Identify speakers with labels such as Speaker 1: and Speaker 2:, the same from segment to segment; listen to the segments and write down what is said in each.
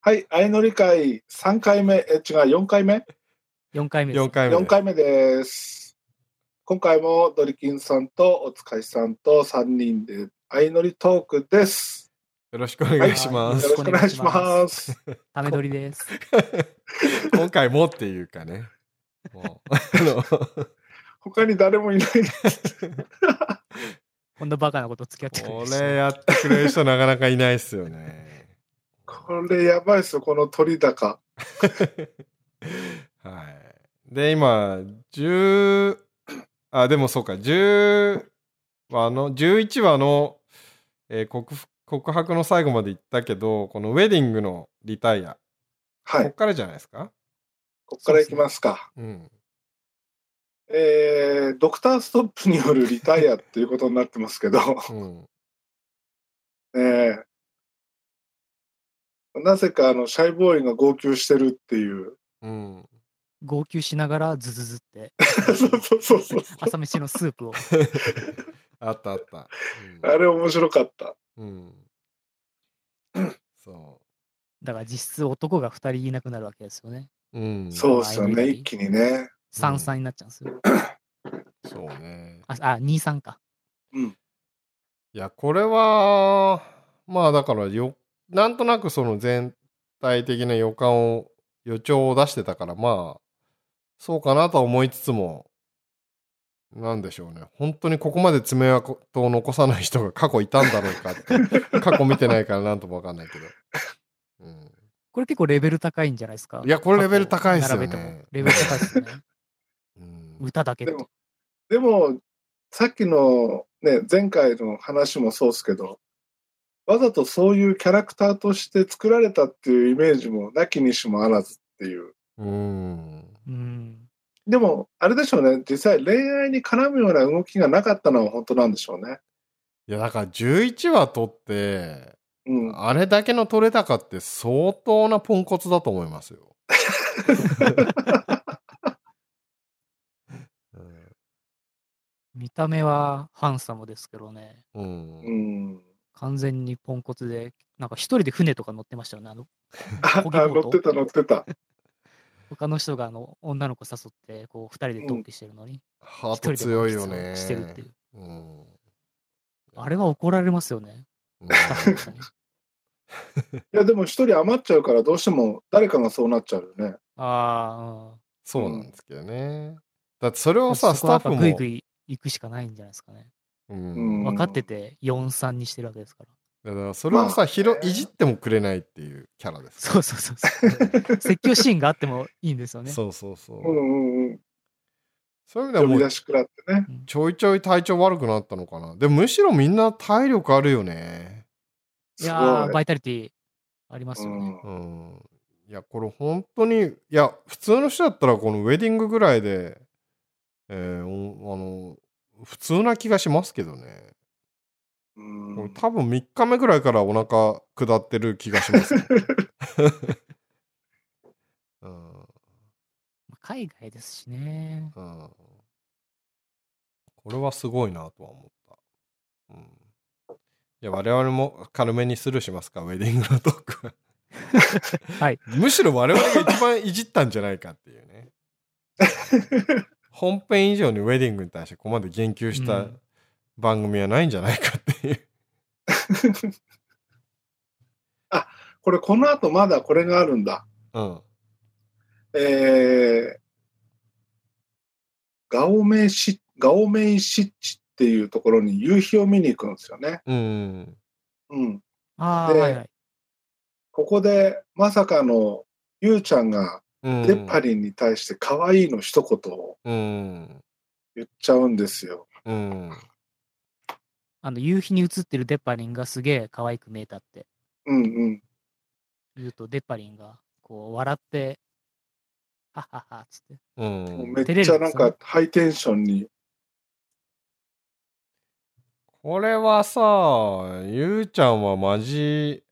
Speaker 1: はい、相乗り会3回目、え、違う、4回目
Speaker 2: 4回目です
Speaker 3: 4回目。
Speaker 1: ?4 回目です。今回もドリキンさんとおつかいさんと3人で相乗りトークです。
Speaker 3: よろしくお願いし
Speaker 1: よ
Speaker 3: ま
Speaker 1: ろ
Speaker 3: す。
Speaker 1: しくお願いします。
Speaker 2: ため撮りです。
Speaker 3: 今回もっていうかね。 もう、あの、
Speaker 1: 他に誰もいない。
Speaker 2: こんなバカなこと付き合ってくれ
Speaker 3: こ
Speaker 2: るし
Speaker 3: れやってくれる人なかなかいないっすよね。
Speaker 1: これやばいっすよ、この鳥高。
Speaker 3: はい。で、今、10、あ、でもそうか、10話の、11話の、えー告白告白の最後まで行ったけど、このウェディングのリタイア、
Speaker 1: は
Speaker 3: こっ
Speaker 1: い、
Speaker 3: からじゃないですか。
Speaker 1: ここからいきますか。
Speaker 3: うん。
Speaker 1: えー、ドクターストップによるリタイアっていうことになってますけど、
Speaker 3: うん。
Speaker 1: えー、なぜかあのシャイボーイが号泣してるっていう。
Speaker 3: うん。
Speaker 2: 号泣しながらズズズ って
Speaker 1: そうそうそうそう。
Speaker 2: 朝飯のスープを
Speaker 3: あったあった。
Speaker 1: あれ面白かった。
Speaker 3: うん。うん、そ
Speaker 2: だから実質男が2人いなくなるわけですよね。
Speaker 3: う。うん。
Speaker 1: そうですよね、一気にね。
Speaker 2: 三三になっちゃうんですよ。
Speaker 3: そうね。
Speaker 2: あ、あ二三か。
Speaker 3: いや、これは、まあだからよ、なんとなくその全体的な予感を、予兆を出してたから、まあ、そうかなとは思いつつも、なんでしょうね。本当にここまで爪痕を残さない人が過去いたんだろうか って、過去見てないからなんともわかんないけど。うん、
Speaker 2: これ結構レベル高いんじゃないですか。
Speaker 3: いやこれレベル高いっすよね
Speaker 2: 過去並べてもレベル高いです ね。
Speaker 3: うん、
Speaker 2: 歌だけ
Speaker 1: で
Speaker 2: で。
Speaker 1: も、でも、さっきのね、前回の話もそうですけど、わざとそういうキャラクターとして作られたっていうイメージもなきにしもあらずっていう。
Speaker 3: うん
Speaker 2: うん。
Speaker 1: でも、あれでしょうね、実際恋愛に絡むような動きがなかったのは本当なんでしょうね。
Speaker 3: いや、だから11話撮って、
Speaker 1: うん。
Speaker 3: あれだけの撮れ高って相当なポンコツだと思います よ。
Speaker 2: 見た目はハンサムですけどね。
Speaker 3: うん
Speaker 1: う。ん。
Speaker 2: 完全にポンコツで、なんか一人で船とか乗ってましたよね。あの
Speaker 1: あ、
Speaker 2: こぎ
Speaker 1: あ
Speaker 2: ボー
Speaker 1: 乗
Speaker 2: ト
Speaker 1: ってた乗ってた。
Speaker 2: 他の人があの女の子誘って、こう二人で同居してるのに、
Speaker 3: ハ
Speaker 2: 一
Speaker 3: ート
Speaker 2: 人で
Speaker 3: 強いよ
Speaker 2: 満
Speaker 3: ね
Speaker 2: 喫。してるっていう。
Speaker 3: うん。
Speaker 2: あれは怒られますよね。
Speaker 3: うん
Speaker 2: スタッフの人に
Speaker 1: いや、でも一人余っちゃうからどうしても誰かがそうなっちゃうよね。
Speaker 2: ああ、
Speaker 3: そうなんですけどね。だってそれ
Speaker 2: う
Speaker 3: を
Speaker 2: ん。
Speaker 3: さ、ス
Speaker 2: そこはや
Speaker 3: タッ
Speaker 2: っぱ
Speaker 3: フも。
Speaker 2: グイグイ行くしかないんじゃないですかね。
Speaker 3: うん。
Speaker 1: うん
Speaker 2: 分かってて、4、3にしてるわけですから。
Speaker 3: だからそれを
Speaker 1: ま
Speaker 3: さ、
Speaker 1: あ
Speaker 3: ひろいじってもくれないっていうキャラです。
Speaker 2: そうそうそうそう。説教シーンがあってもいいんですよね。
Speaker 3: そうそうそう。
Speaker 1: うんうんうん。
Speaker 3: そういう意味では
Speaker 1: 呼
Speaker 3: も
Speaker 1: び
Speaker 3: う
Speaker 1: 出し食らってね。
Speaker 3: ちょいちょい体調悪くなったのかな。でもむしろみんな体力あるよね。
Speaker 2: い
Speaker 1: す
Speaker 2: やー、
Speaker 1: ごい
Speaker 2: バイタリティありますよ
Speaker 1: う
Speaker 2: ね。
Speaker 1: ん
Speaker 3: うん。いや、これ本当に、いや、普通の人だったらこのウェディングぐらいで、えーおあの、普通な気がしますけどね。
Speaker 1: うん
Speaker 3: 俺多分3日目ぐらいからお腹下ってる気が します、うん。
Speaker 2: まあ海外ですしね。
Speaker 3: うん。これはすごいなとは思った。うん。じゃあ我々も軽めにスルーしますか、ウェディングのトークは。
Speaker 2: はい。
Speaker 3: むしろ我々が一番いじったんじゃないかっていうね。本編以上にウェディングに対してここまで言及し
Speaker 2: う
Speaker 3: た
Speaker 2: ん
Speaker 3: 番組はないんじゃないかっていう。
Speaker 1: これ、この後まだこれがあるんだ。
Speaker 3: うん。
Speaker 1: えー、ガオメイシガオメイシッチっていうところに夕日を見に行くんですよね。
Speaker 3: うん。
Speaker 1: うん。
Speaker 2: ああ、
Speaker 1: で
Speaker 2: はいはい。
Speaker 1: ここで、まさかの、ゆうちゃんが、
Speaker 3: うん。
Speaker 1: デッパリンに対して可愛いの一言を
Speaker 3: うん。
Speaker 1: 言っちゃうんですよ。
Speaker 3: うん。
Speaker 2: あの、夕日に映ってるデッパリンがすげえ可愛く見えたって
Speaker 1: うんうん。
Speaker 2: 言うと、デッパリンが、こう、笑って、はっはっはっつって。
Speaker 3: うん。
Speaker 1: もうめっちゃなん
Speaker 2: 照れるんですよ
Speaker 1: かハイテンションに。
Speaker 3: これはさ、ゆうちゃんはマジ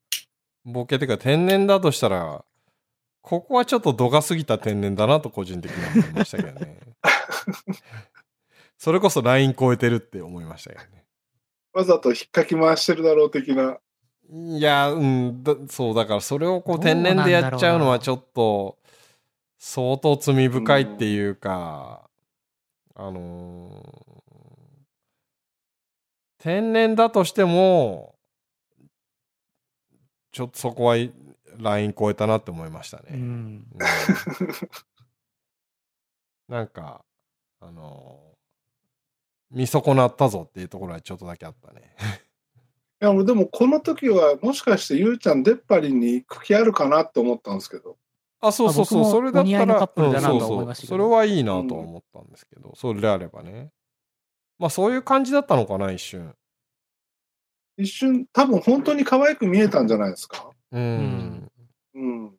Speaker 3: ボケてか天然だとしたら、ここはちょっと度が過ぎた天然だなと個人的には思いましたけどね。それこそライン超えてるって思いましたけどね。
Speaker 1: わざと引っかき回してるだろう的な。
Speaker 3: いや、うん、だそう、だからそれをこう
Speaker 2: どうなんだ
Speaker 3: 天
Speaker 2: ろうな
Speaker 3: 然でやっちゃうのはちょっと、相当罪深いっていうか、あのー天然だとしても、ちょっとそこはいライン超えたなって思いましたね。
Speaker 2: うん。
Speaker 3: うんなんか、あのー見損なったぞっていうところはちょっとだけあったね。
Speaker 1: いや、俺でもこの時はもしかしてゆうちゃん出っ張りに行く気あるかなって思ったんですけど。
Speaker 3: あ、そうそうそう、
Speaker 2: あ僕も
Speaker 3: それだっ
Speaker 2: お似合
Speaker 3: た
Speaker 2: いのカッ
Speaker 3: ら、
Speaker 2: プル
Speaker 1: だな
Speaker 3: うん
Speaker 1: とは
Speaker 2: 思いましたけど
Speaker 3: そうそうそれはいいなとは思ったんですけど、それであればね。まあそういう感じだったのかな、一瞬。
Speaker 1: 一瞬、多分本当に可愛く見えたんじゃないですか。
Speaker 3: うん。
Speaker 2: ん
Speaker 1: うん。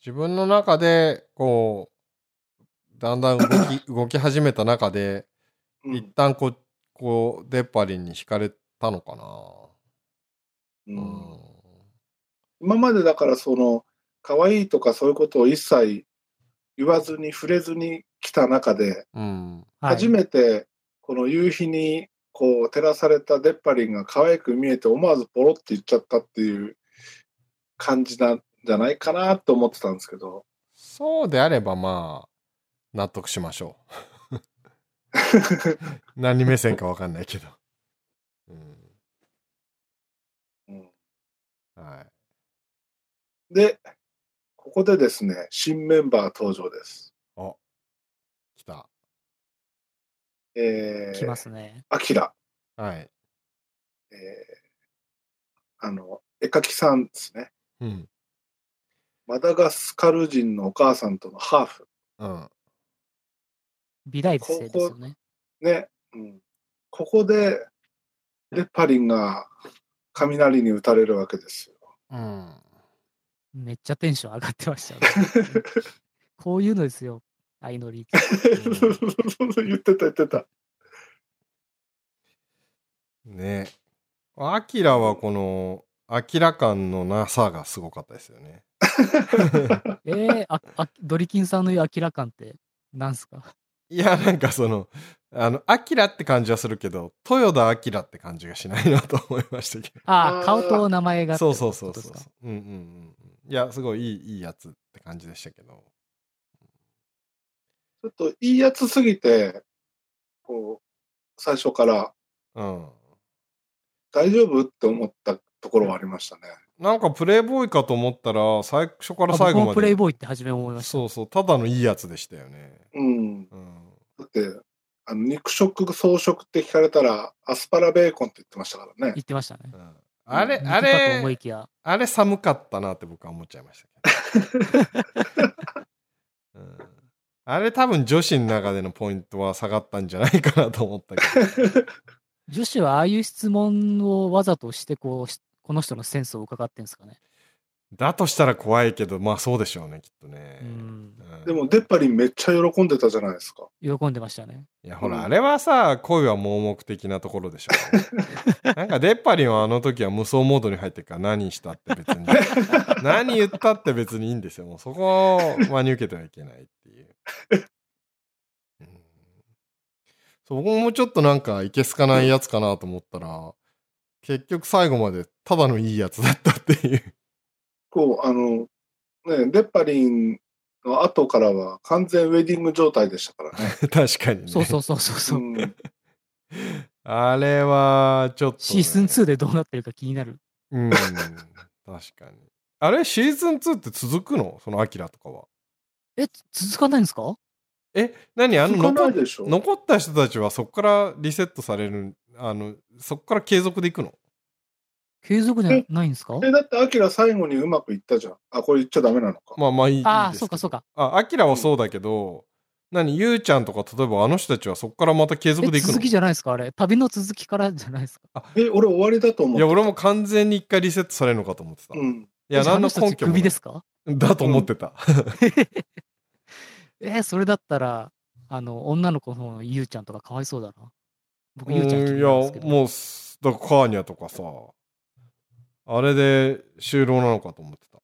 Speaker 3: 自分の中で、こう、だんだん 動き動き始めた中で、
Speaker 1: うん
Speaker 3: 一旦こう、こう、出っ張りに惹かれたのか
Speaker 1: う
Speaker 3: な。うん
Speaker 1: ん今までだからその可愛いとかそういうことを一切言わずに触れずに来た中で、
Speaker 3: うん。
Speaker 2: はい
Speaker 1: 初めてこの夕日にこう照らされたデッパリンが可愛く見えて思わずポロって言っちゃったっていう感じなんじゃないかなと思ってたんですけど
Speaker 3: そうであれば、まあ、納得しましょう。 何目線かわかんないけど。うん。
Speaker 1: うん
Speaker 3: はい。
Speaker 1: でここでですね新メンバー登場です。
Speaker 3: あ、来た。
Speaker 1: え
Speaker 2: 来ま
Speaker 1: ー、
Speaker 2: すね。
Speaker 1: アキラ、
Speaker 3: はい。
Speaker 1: えーあの絵描きさんですね
Speaker 3: うん。
Speaker 1: マダガスカル人のお母さんとのハーフ
Speaker 3: うん。
Speaker 2: 美大生ですよね。
Speaker 1: ね、うん、ここでレッパリンが雷に打たれるわけですよ。
Speaker 3: うん。
Speaker 2: めっちゃテンション上がってました よね。こういうのですよ、相乗り。
Speaker 1: 言ってた言ってた。
Speaker 3: ねアキラはこの、アキラ感のなさがすごかったですよ ね。
Speaker 2: えー、ああドリキンさんの言う明らかんってなんすか
Speaker 3: いや、なんかその、あの、アキラって感じはするけど、豊田アキラって感じがしないなと思いましたけど。
Speaker 1: あ
Speaker 2: あ
Speaker 1: ー
Speaker 2: あ、顔と名前がって
Speaker 3: そ
Speaker 2: こ
Speaker 3: う
Speaker 2: と
Speaker 3: そう
Speaker 2: です
Speaker 3: そ
Speaker 2: か。
Speaker 3: うそう。うんうんうんうん。いや、すごいいい、いいやつって感じでしたけど。
Speaker 1: ちょっといいやつすぎて、こう、最初から
Speaker 3: うん。
Speaker 1: 大丈夫って思ったところはありましたね。
Speaker 3: なんかプレイボーイかと思ったら、最初から
Speaker 2: あ
Speaker 3: 最
Speaker 2: 僕
Speaker 3: 後
Speaker 2: も
Speaker 3: ま
Speaker 2: プレイ
Speaker 3: で。
Speaker 2: ボーイって初め思いました。
Speaker 3: そうそう、ただのいいやつでしたよね。
Speaker 1: うん。
Speaker 3: うん。
Speaker 1: だって、あの肉食、草食って聞かれたら、アスパラベーコンって言ってましたからね
Speaker 2: 言。ってましたね。
Speaker 3: うんあれ、
Speaker 2: 肉
Speaker 3: あ
Speaker 2: かと思い
Speaker 3: れ、
Speaker 2: きや、
Speaker 3: あれ寒かったなって僕は思っちゃいました けど。うんあれ多分女子の中でのポイントは下がったんじゃないかなと思ったけど。
Speaker 2: 女子はああいう質問をわざとしてこうし、この人のセンスを伺ってんですかね。
Speaker 3: だとしたら怖いけど、まあそうでしょうね、きっとね。
Speaker 2: うん
Speaker 3: うん
Speaker 1: でも、デッパリンめっちゃ喜んでたじゃないですか。
Speaker 2: 喜んでましたね。
Speaker 3: いや、ほ
Speaker 1: うん
Speaker 3: ら、あれはさ、恋は盲目的なところでしょうね、 なんか、デッパリンはあの時は無双モードに入ってるから、何したって別 に。何言ったって別にいいんですよ。もうそこを真に受けてはいけないっていう。うんそう僕もちょっとなんか、いけすかないやつかなと思ったら、結局最後までただのいいやつだったっていう。
Speaker 1: こう、あの、ね、デッパリンの後からは完全ウェディング状態でしたから ね。
Speaker 3: 確かにね。
Speaker 2: そうそうそうそうそうう。
Speaker 1: ん、
Speaker 3: あれは、ちょっとね、
Speaker 2: シーズン2でどうなってるか気になる。
Speaker 3: うん、確かに。あれシーズン2って続くのそのアキラとかは。
Speaker 2: え、つ続かないんですか
Speaker 3: え、何あの
Speaker 1: 聞かな
Speaker 3: 残
Speaker 1: いでしょ。
Speaker 3: 残った人たちはそこからリセットされる、あの、そこから継続でいくの
Speaker 2: 継続じゃ
Speaker 1: え
Speaker 2: ないんですか
Speaker 1: え、だって、アキラ最後にうまくいったじゃん。あ、これ言っちゃダメなのか。
Speaker 3: まあまあいい。
Speaker 2: あ
Speaker 3: いい
Speaker 2: あ、
Speaker 3: です
Speaker 2: そうかそうか。
Speaker 3: けど。あ、アキラはそうだけど、何ゆうちゃんとか例えばあの人たちはそこからまた継続
Speaker 2: え
Speaker 3: でいくの
Speaker 2: 続きじゃないですかあれ。旅の続きからじゃないですか。
Speaker 1: え、俺終わりだと思。
Speaker 3: いうや、俺も完全に一回リセットされるのかと思ってた。
Speaker 1: う
Speaker 3: い
Speaker 1: ん。
Speaker 3: や、
Speaker 2: えじゃあ
Speaker 3: 何の
Speaker 2: あ人た
Speaker 3: 根
Speaker 2: ち
Speaker 3: 拠も
Speaker 2: ク
Speaker 3: な
Speaker 2: ビ
Speaker 3: い
Speaker 2: ですか
Speaker 3: だと思ってた。
Speaker 2: えーそれだったら、あの、女の子の方のゆうちゃんとかかわいそうだな。僕、ゆうちゃん気
Speaker 3: うん
Speaker 2: に
Speaker 3: い
Speaker 2: な
Speaker 3: や
Speaker 2: るんですけど。
Speaker 3: もうすだからカーニャとかさあれで終了なのかと思ってた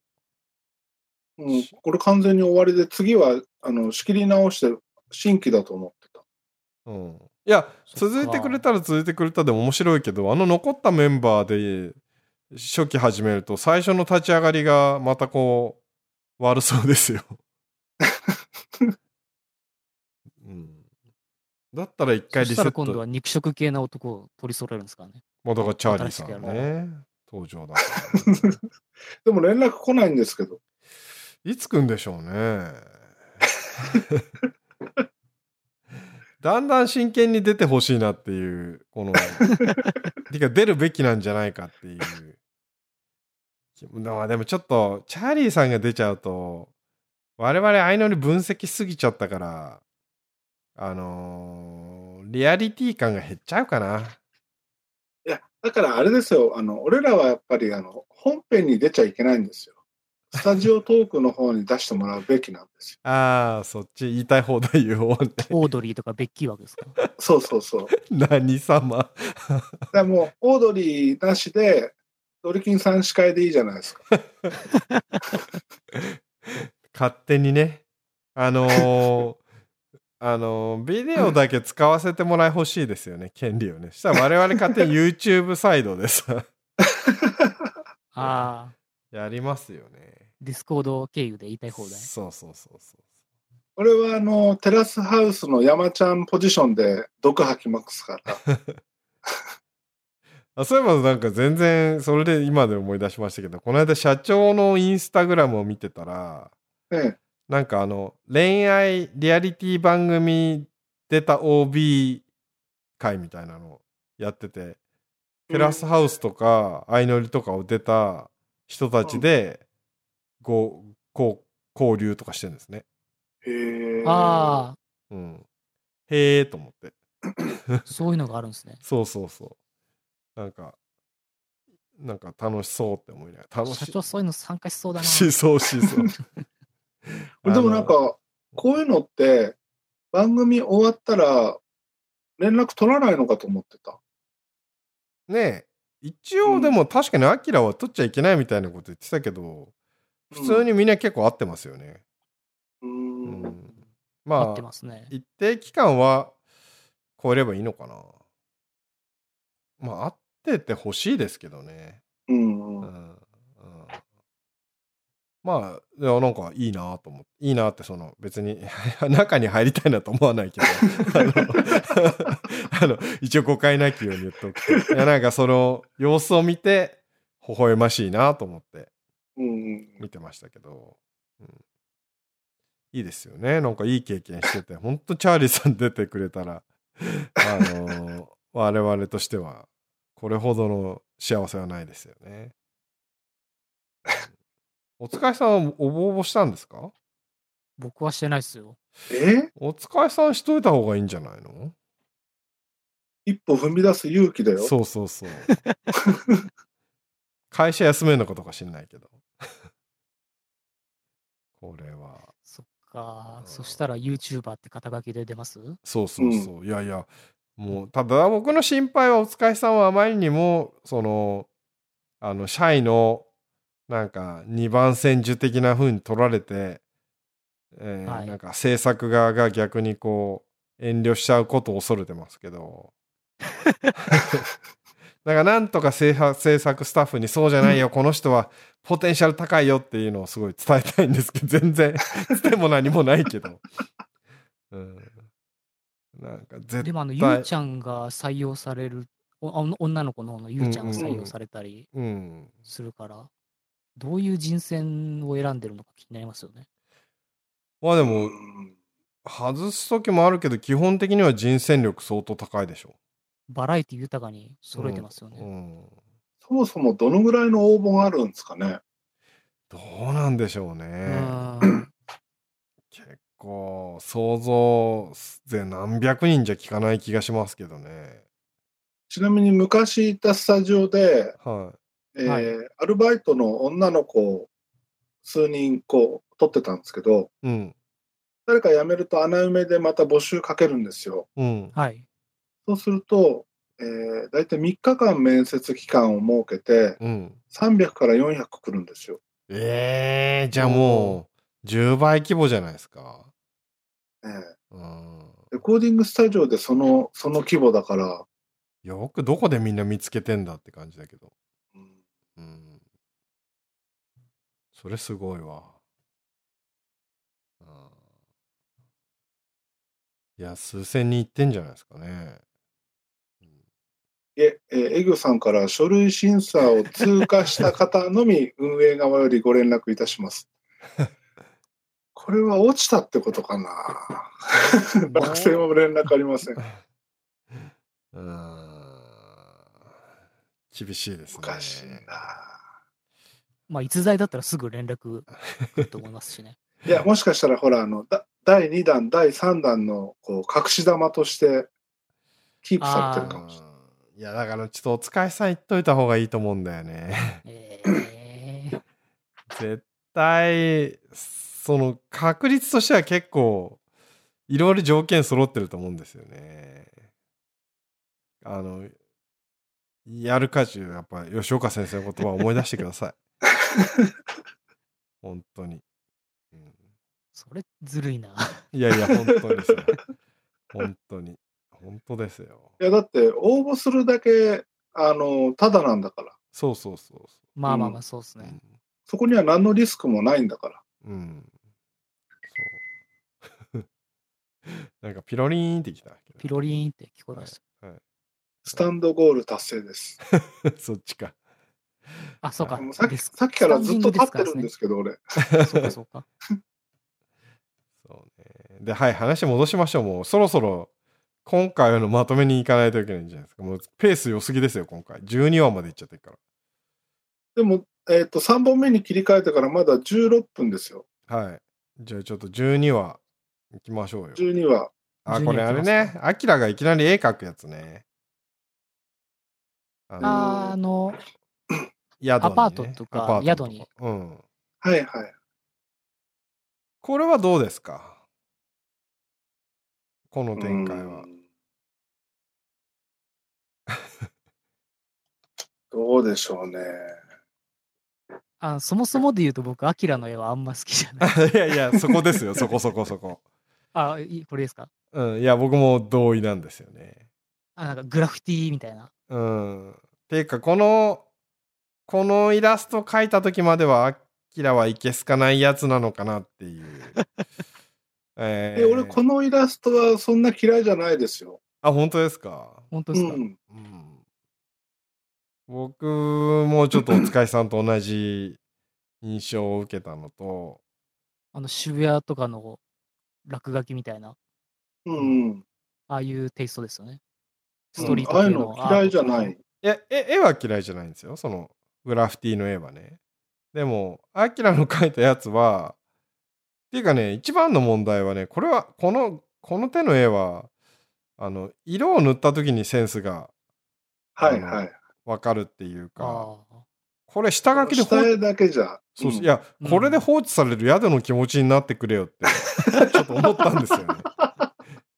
Speaker 1: うん、これ完全に終わりで、次は、あの、仕切り直して、新規だと思ってた。
Speaker 3: うんいや
Speaker 2: そっか
Speaker 3: 続いてくれたら続いてくれたでも面白いけどあの残ったメンバーで初期始めると最初の立ち上がりがまたこう悪そうで すよ、うん、だったら一回
Speaker 2: そ
Speaker 3: リ
Speaker 2: した
Speaker 3: セッ
Speaker 2: ら今
Speaker 3: ト
Speaker 2: 度は肉食系な男を取り揃えるんですから ね。
Speaker 3: まあだからチャーリーさ
Speaker 2: 新
Speaker 3: ん
Speaker 2: しくや
Speaker 3: ね登場だから
Speaker 1: でも連絡来ないんですけど。
Speaker 3: いつ来んでしょうね だんだん真剣に出てほしいなっていうこのてか出るべきなんじゃないかっていうまあでもちょっとチャーリーさんが出ちゃうと我々相乗り分析しすぎちゃったからあのーリアリティ感が減っちゃうかない
Speaker 1: や、だからあれですよ、あの、俺らはやっぱり、あの、本編に出ちゃいけないんですよ。スタジオトークの方に出してもらうべきなんです
Speaker 3: あーそっち言いたい放題言おう ね
Speaker 2: オードリーとかベッキー枠ですか。
Speaker 1: よ。そうそうそう。
Speaker 3: 何様
Speaker 1: だからもう、オードリーなしで、ドリキンさん司会でいいじゃないですか。
Speaker 3: 勝手にねあのーあのービデオだけ使わせてもらいほしいですよね権利をねしたら我々勝手に YouTube サイドでさ
Speaker 2: ああ、
Speaker 3: やりますよね
Speaker 2: ディスコード経由で言いたい放題。
Speaker 3: そうそうそうそう
Speaker 1: 俺は、あの、テラスハウスの山ちゃんポジションで毒吐きますから。
Speaker 3: あそういえばなんか全然それで今で思い出しましたけどこの間社長のインスタグラムを見てたら
Speaker 1: ね
Speaker 3: なんかあの恋愛リアリティ番組出た OB 会みたいなのやっててテラスハウスとか相乗りとかを出た人たちでこうこう交流とかしてるんですね。
Speaker 1: え。へえ。
Speaker 2: あ
Speaker 3: うん、へえと思って
Speaker 2: あ、そういうのがあるんですね。
Speaker 3: そうそうそうなんかなんか楽しそうって思いながら楽
Speaker 2: 社
Speaker 3: し
Speaker 2: 長そういうの参加しそう だな。
Speaker 3: しそうしそう。
Speaker 1: でもなん
Speaker 3: あの
Speaker 1: か、こういうのって、番組終わったら、連絡取らないのかと思ってた。
Speaker 3: ねえ一応でも確かにアキラは取っちゃいけないみたいなこと言ってたけど普通にみんな結構合ってますよね、
Speaker 1: う。
Speaker 3: うん
Speaker 1: うん
Speaker 3: ん
Speaker 2: 合
Speaker 3: ま
Speaker 2: って
Speaker 3: あ
Speaker 2: ますね。
Speaker 3: 一定期間は超えればいいのかなまあ合っててほしいですけどね
Speaker 1: うんうんん、
Speaker 3: う、うんまあいやなんかいいなと思っていいなってその別に 中に入りたいなと思わないけどあの あの一応誤解なきように言っておくといやなんかその様子を見て微笑ましいなと思って
Speaker 1: うん
Speaker 3: 見てましたけど、うん、いいですよねなんかいい経験して てほんとチャーリーさん出てくれたらあの我々としてはこれほどの幸せはないですよね。お疲れさんは応募応募したんですか
Speaker 2: 僕はしてないですよ。
Speaker 1: え
Speaker 3: お疲れさんしといた方がいいんじゃないの
Speaker 1: 一歩踏み出す勇気だよ。
Speaker 3: そうそうそう。会社休めるのかとか知んないけど。これは。
Speaker 2: そっか。そしたら YouTuber って肩書きで出ます
Speaker 3: そうそうそう、いやいやもうただ僕の心配はお疲れさんはあまりにもそのあのシャイのなんか2番戦術的な風に取られて、えー
Speaker 2: はい
Speaker 3: なんか制作側が逆にこう遠慮しちゃうことを恐れてます けどだからなんとか制作制作スタッフにそうじゃないよこの人はポテンシャル高いよっていうのをすごい伝えたいんですけど 全然伝ても何もないけど、 うん、なんか絶
Speaker 2: でもあの、ゆ
Speaker 3: 対
Speaker 2: うちゃんが採用される、おあの女の子の方のゆうちゃんが採用されたり
Speaker 3: うん、
Speaker 2: するから、どういう人選を選んでるのか気になりますよね。
Speaker 3: まあで
Speaker 1: う
Speaker 3: も
Speaker 1: ん
Speaker 3: 外す時もあるけど基本的には人選力相当高いでしょ
Speaker 2: バラエティ豊かに揃えてますよね。
Speaker 3: うん
Speaker 1: そもそもどのぐらいの応募があるんですかね。
Speaker 3: どうなんでしょう
Speaker 2: う
Speaker 3: ね、
Speaker 2: ん。
Speaker 3: 結構想像で何百人じゃ効かない気がしますけどね
Speaker 1: ちなみに昔いたスタジオで、
Speaker 3: はい
Speaker 1: えー
Speaker 2: はい
Speaker 1: アルバイトの女の子を数人こう撮ってたんですけど、
Speaker 3: うん
Speaker 1: 誰か辞めると穴埋めでまた募集かけるんですよ。
Speaker 3: うん
Speaker 2: はい。
Speaker 1: そうすると、えー、大体3日間面接期間を設けて、
Speaker 3: うん
Speaker 1: 300から400来るんですよ。
Speaker 3: ええじゃあもう10倍規模じゃないですか
Speaker 1: えー
Speaker 3: うん
Speaker 1: レコーディングスタジオでそのその規模だから、
Speaker 3: よくどこでみんな見つけてんだって感じだけど
Speaker 1: うん
Speaker 3: ううん。それすごいわ。うんいや、数千人いってんじゃないですかね。
Speaker 1: いえ、えーエグさんから書類審査を通過した方のみ運営側よりご連絡いたします。これは落ちたってことかな落選は連絡ありません。
Speaker 3: うん。厳しいですね。
Speaker 1: おかしいな。
Speaker 2: まあ、逸材だったらすぐ連絡来ると思います しね。
Speaker 1: いや、もしかしたらほら、あの、だ第2弾、第3弾のこう隠し玉としてキープされてるかもしれない。
Speaker 3: うんいや、だからちょっとお使いさん言っといた方がいいと思うんだよね。
Speaker 2: えー
Speaker 3: 絶対、その確率としては結構、いろいろ条件揃ってると思うんですよね。あの、やるか中、やっぱ吉岡先生の言葉を思い出してく ださい。 本当に。うん
Speaker 2: それずるい な。
Speaker 3: いやいや、本当にそれ本当に。本当ですよ。
Speaker 1: いや、だって応募するだけ、あの、ただなんだから。
Speaker 3: そうそうそうそ
Speaker 2: まあまあまあ、そうです
Speaker 3: う。
Speaker 2: ね。
Speaker 1: そこには何のリスクもないんだから。
Speaker 3: うん。うんそう。 なんかピロリーンってきた。
Speaker 2: ピロリーンって聞こえました。
Speaker 1: スタンドゴール達成です。
Speaker 3: そっちか。
Speaker 2: あ、そうか
Speaker 1: もうさっ。
Speaker 2: デ
Speaker 1: き
Speaker 2: ス
Speaker 1: さっきからずっと立っ
Speaker 2: ス
Speaker 1: て
Speaker 2: タンディ
Speaker 1: るん
Speaker 2: ング
Speaker 1: で
Speaker 2: です
Speaker 1: すけど、俺。
Speaker 2: からねそうか、そ うか。
Speaker 3: そうね。で、はい、話戻しましょう。もうそろそろ今回のまとめに行かないといけないんじゃないですか。もうペース良すぎですよ、今回。12話まで行っちゃってるか
Speaker 1: でも、えっ、と、3本目に切り替えてからまだ16分ですよ。
Speaker 3: ら。はい。じゃあちょっと12話行きましょうよ。
Speaker 1: 12は。
Speaker 3: あ、
Speaker 2: 12
Speaker 3: これあれ
Speaker 2: 行き
Speaker 3: ね。アキラがいきなり絵描くやつね。あの
Speaker 2: あーあの、
Speaker 3: 宿にね
Speaker 2: アパートとか
Speaker 3: アパート
Speaker 2: 宿
Speaker 3: の
Speaker 2: に
Speaker 3: とこうん。
Speaker 1: はいはい。
Speaker 3: これはどうですかこの展開は
Speaker 1: う。んどうでしょうね。
Speaker 2: あそもそもで言うと僕、アキラの絵はあんま好きじゃない。
Speaker 3: いやいや、そこですよ。そこそこそこ。
Speaker 2: あ、いこれですか
Speaker 3: うん。いや、僕も同意なんですよね。
Speaker 2: あ、なんかグラフィティみたいな。
Speaker 3: うん。ていうか、この、このイラスト描いた時までは、アキラはいけすかないやつなのかなっ ていう。え
Speaker 1: で、俺、こ
Speaker 3: の。
Speaker 1: のイラストはそんな嫌いじゃないですよ。
Speaker 3: あ、本当ですか。
Speaker 2: 本当
Speaker 1: う
Speaker 2: ですか、
Speaker 1: ん。
Speaker 3: うん。僕もちょっとお使いさんと同じ印象を受けたのと、
Speaker 2: あの渋谷とかの落書きみたいな、
Speaker 1: うんうん。
Speaker 2: ああいうテイストですよね。
Speaker 1: う
Speaker 2: ストリ
Speaker 1: ん
Speaker 2: ート
Speaker 1: ああい
Speaker 2: 系
Speaker 1: う
Speaker 2: の
Speaker 1: の。嫌いじゃ
Speaker 2: ア
Speaker 1: な
Speaker 2: ー
Speaker 1: い
Speaker 2: ト。
Speaker 3: いや、絵絵は嫌いじゃないんですよ。そのグラフィティの絵はね。でも、アキラの描いたやつは、っていうかね、一番の問題はね、これは、この、この手の絵は、あの、色を塗った時にセンスが
Speaker 1: はいはい。
Speaker 3: わかるっていうか、
Speaker 2: ああ。
Speaker 3: これ下書きで放
Speaker 1: 下絵だけじゃ。
Speaker 3: そうそう
Speaker 1: うん
Speaker 3: いや、
Speaker 2: うん
Speaker 3: これで放置される宿の気持ちになってくれよって ちょっと思ったんですよね。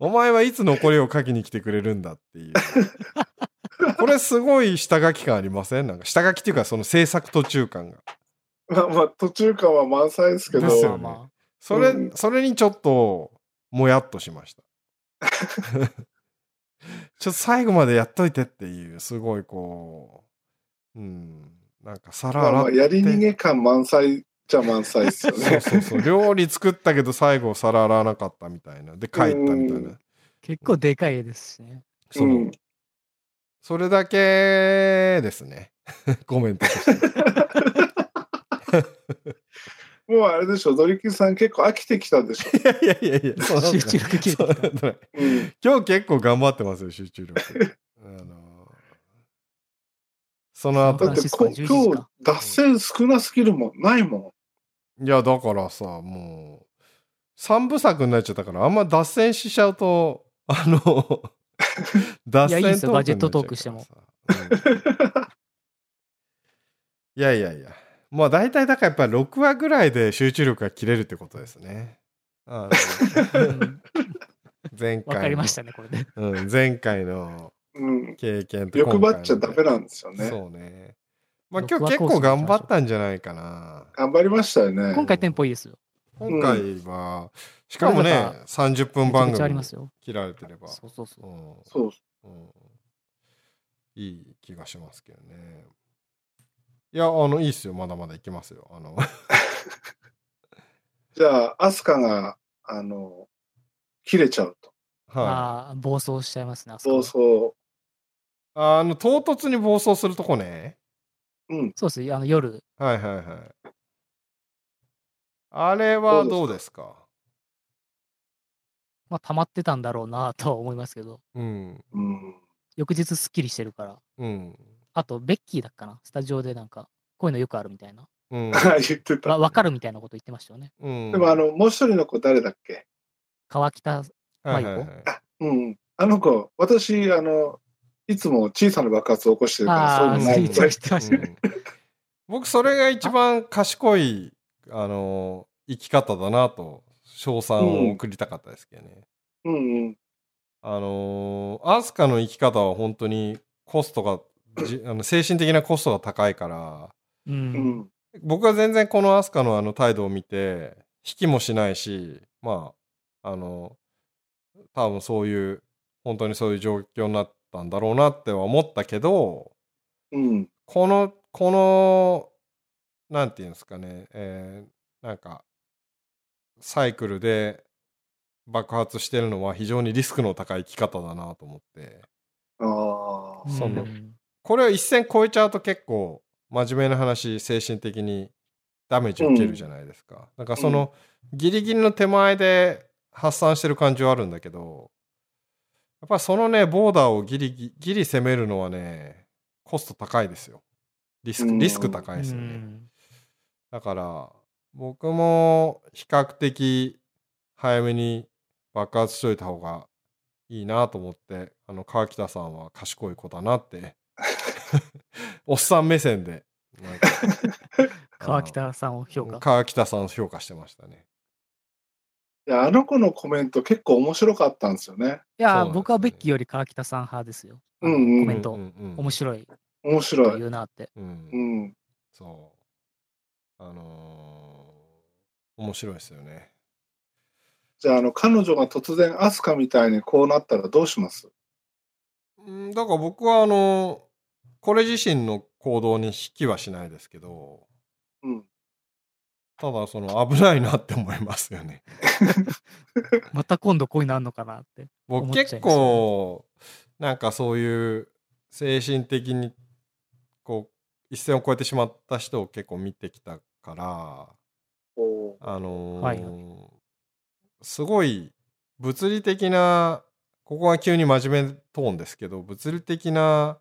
Speaker 3: お前はいつ残りを書きに来てくれるんだっていう。これすごい下書き感ありませんなんか下書きっていうかその制作途中感が。
Speaker 1: まあまあ、途中感は満載ですけど。
Speaker 3: ですよね
Speaker 2: まあまあ
Speaker 3: それ、
Speaker 1: うん
Speaker 3: それにちょっともやっとしました。 ちょっと最後までやっといてっていうすごいこううんなんか皿
Speaker 1: まあ
Speaker 3: 洗
Speaker 1: ま
Speaker 3: っ
Speaker 1: あ、
Speaker 3: て
Speaker 1: やり逃げ感満載じゃ満載ですよ
Speaker 3: そう
Speaker 1: ね。
Speaker 3: そうそう。料理作ったけど最後皿洗わなかったみたいな。で、帰ったみたい
Speaker 1: うん
Speaker 3: な。
Speaker 2: 結構でかい絵ですしね。
Speaker 3: そうの
Speaker 1: ん
Speaker 3: それだけですね。 コメントとして。
Speaker 1: もうあれでしょ、ドリキンさん結構飽きてきたでしょ。
Speaker 3: いやいやいや、そうな
Speaker 2: 集
Speaker 3: んだ
Speaker 2: 中力切れ
Speaker 3: そ
Speaker 2: てき
Speaker 3: うなん
Speaker 2: た。
Speaker 3: だね
Speaker 1: うん、
Speaker 3: 今日結構頑張ってますよ、集中力。あのーその後
Speaker 1: だ
Speaker 2: そう
Speaker 1: っ
Speaker 2: フラン
Speaker 1: て
Speaker 2: シ
Speaker 1: こ
Speaker 2: スコ11時か
Speaker 1: 今日脱線少なすぎるもん、ないも
Speaker 3: いや、だからさ、もう、三部作になっちゃったから、あんま脱線しちゃうと、あ の、脱
Speaker 2: いやいい
Speaker 3: 線
Speaker 2: ですよ
Speaker 3: になっ
Speaker 2: バジ
Speaker 3: ちゃうからさ
Speaker 2: ェットトークしても。
Speaker 3: うんいやいやいや。まあ大体だからやっぱり6話ぐらいで集中力が切れるってことですね。あの
Speaker 2: うん
Speaker 3: 前
Speaker 2: わ
Speaker 3: 回の。
Speaker 2: かりましたね、これで。
Speaker 3: うん、前回の
Speaker 1: ん。うん、
Speaker 3: 経験と
Speaker 1: 欲
Speaker 3: 今回の
Speaker 1: 張っちゃダメなんですよね。
Speaker 3: そうね。まあ
Speaker 2: 六
Speaker 3: 今
Speaker 2: 話
Speaker 3: 日結構頑張ったんじゃないかな。
Speaker 1: 頑張りましたよね。
Speaker 2: 今回テンポいいですよ。
Speaker 3: 今回は、しか
Speaker 2: こ
Speaker 3: もね
Speaker 2: れだか、
Speaker 3: 30分
Speaker 2: めちゃ
Speaker 3: 番
Speaker 2: めちゃあり
Speaker 3: 組
Speaker 2: ますよ。
Speaker 3: 切られてれば、
Speaker 2: そうそうそう。
Speaker 3: うん
Speaker 1: そう
Speaker 3: うんいい気がしますけどね。いや、あの、いいっすよ。まだまだいきますよ。あの、
Speaker 1: じゃあ、アスカが、あの、切れちゃうと。
Speaker 3: は
Speaker 2: ああ、暴走しちゃいますね、あそこ
Speaker 1: そう
Speaker 2: は
Speaker 1: そ
Speaker 3: い。あの、唐突に暴走するとこね。
Speaker 1: う。うん。
Speaker 2: そうですね、あの夜、
Speaker 3: はいはいはい。あれはどうですか
Speaker 2: まあ、溜まってたんだろうなとは思いますけど、
Speaker 3: うん。
Speaker 1: うん。
Speaker 2: 翌日すっきりしてるから。
Speaker 3: うん。
Speaker 2: あと、ベッキーだっかな、スタジオでなんか、こういうのよくあるみたいな、
Speaker 3: うん。
Speaker 1: 言ってた。
Speaker 2: わ分かるみたいなこと言ってましたよね。
Speaker 3: うん
Speaker 1: でも、あ、の、もう一人の子誰だっけ
Speaker 2: 川北、
Speaker 3: はいはいはい
Speaker 2: 迷子
Speaker 1: うん。あの子、私、あの、いつも小さな爆発を起こしてるから、そう
Speaker 2: ああ、
Speaker 1: いうのない
Speaker 2: 言
Speaker 1: の
Speaker 2: っ
Speaker 1: で
Speaker 2: てました
Speaker 3: う。ん僕、それが一番賢い、あの、生き方だなと、称賛を送りたかったですけどね。
Speaker 1: うんうん。
Speaker 3: あのーアスカの生き方は本当にコストが、じあの精神的なコストが高いから、
Speaker 2: う。
Speaker 1: うんん。
Speaker 3: 僕は全然このアスカのあの態度を見て、引きもしないし、まあ、あの、多分そういう、本当にそういう状況になったんだろうなっては思ったけど、
Speaker 1: うん。
Speaker 3: この、この、なんていうんですかね、えーなんか、サイクルで爆発してるのは非常にリスクの高い生き方だなと思って、
Speaker 1: ああ。
Speaker 3: その
Speaker 2: うん
Speaker 3: これを一線超えちゃうと結構、真面目な話、精神的にダメージを受けるじゃないですか。だからその、ギリギリの手前で発散してる感じはあるんだけど、やっぱりそのね、ボーダーをギリギリギリ攻めるのはね、コスト高いですよ。リス
Speaker 1: う
Speaker 3: ク、
Speaker 1: ん
Speaker 3: リスク高いですよ
Speaker 2: う
Speaker 3: ね。
Speaker 2: ん
Speaker 3: だから僕も比較的早めに爆発しといた方がいいなと思ってあの川北さんは賢い子だなって おっさん目線でなん か
Speaker 2: 川北さんを評価。
Speaker 3: 川北さんを評価してましたね。
Speaker 1: いや、あの子のコメント結構面白かったんですよね。
Speaker 2: いや、
Speaker 3: そうなんですね
Speaker 2: 僕はベッキーより川北さん派ですよ。あの
Speaker 1: うんうん
Speaker 2: コメント、
Speaker 3: うんうんうん
Speaker 2: 面白い
Speaker 1: 面
Speaker 2: と
Speaker 1: 白い。
Speaker 2: 言うなって。
Speaker 3: うん
Speaker 1: うん。
Speaker 3: そうあのー面白いですよね。
Speaker 1: じゃあ、あの、彼女が突然アスカみたいにこうなったらどうします
Speaker 3: うんだから僕はあのこれ自身の行動に引きはしないですけど
Speaker 1: うん。
Speaker 3: ただその危ないなって思いますよね。
Speaker 2: また今度こういうのあんのかなって。
Speaker 3: 僕
Speaker 2: 思っちゃいます
Speaker 3: 結構なんかそういう精神的にこう一線を越えてしまった人を結構見てきたから
Speaker 1: こ
Speaker 3: あのー
Speaker 2: はいは
Speaker 3: すごい物理的なここは急に真面目トーンですけど物理的な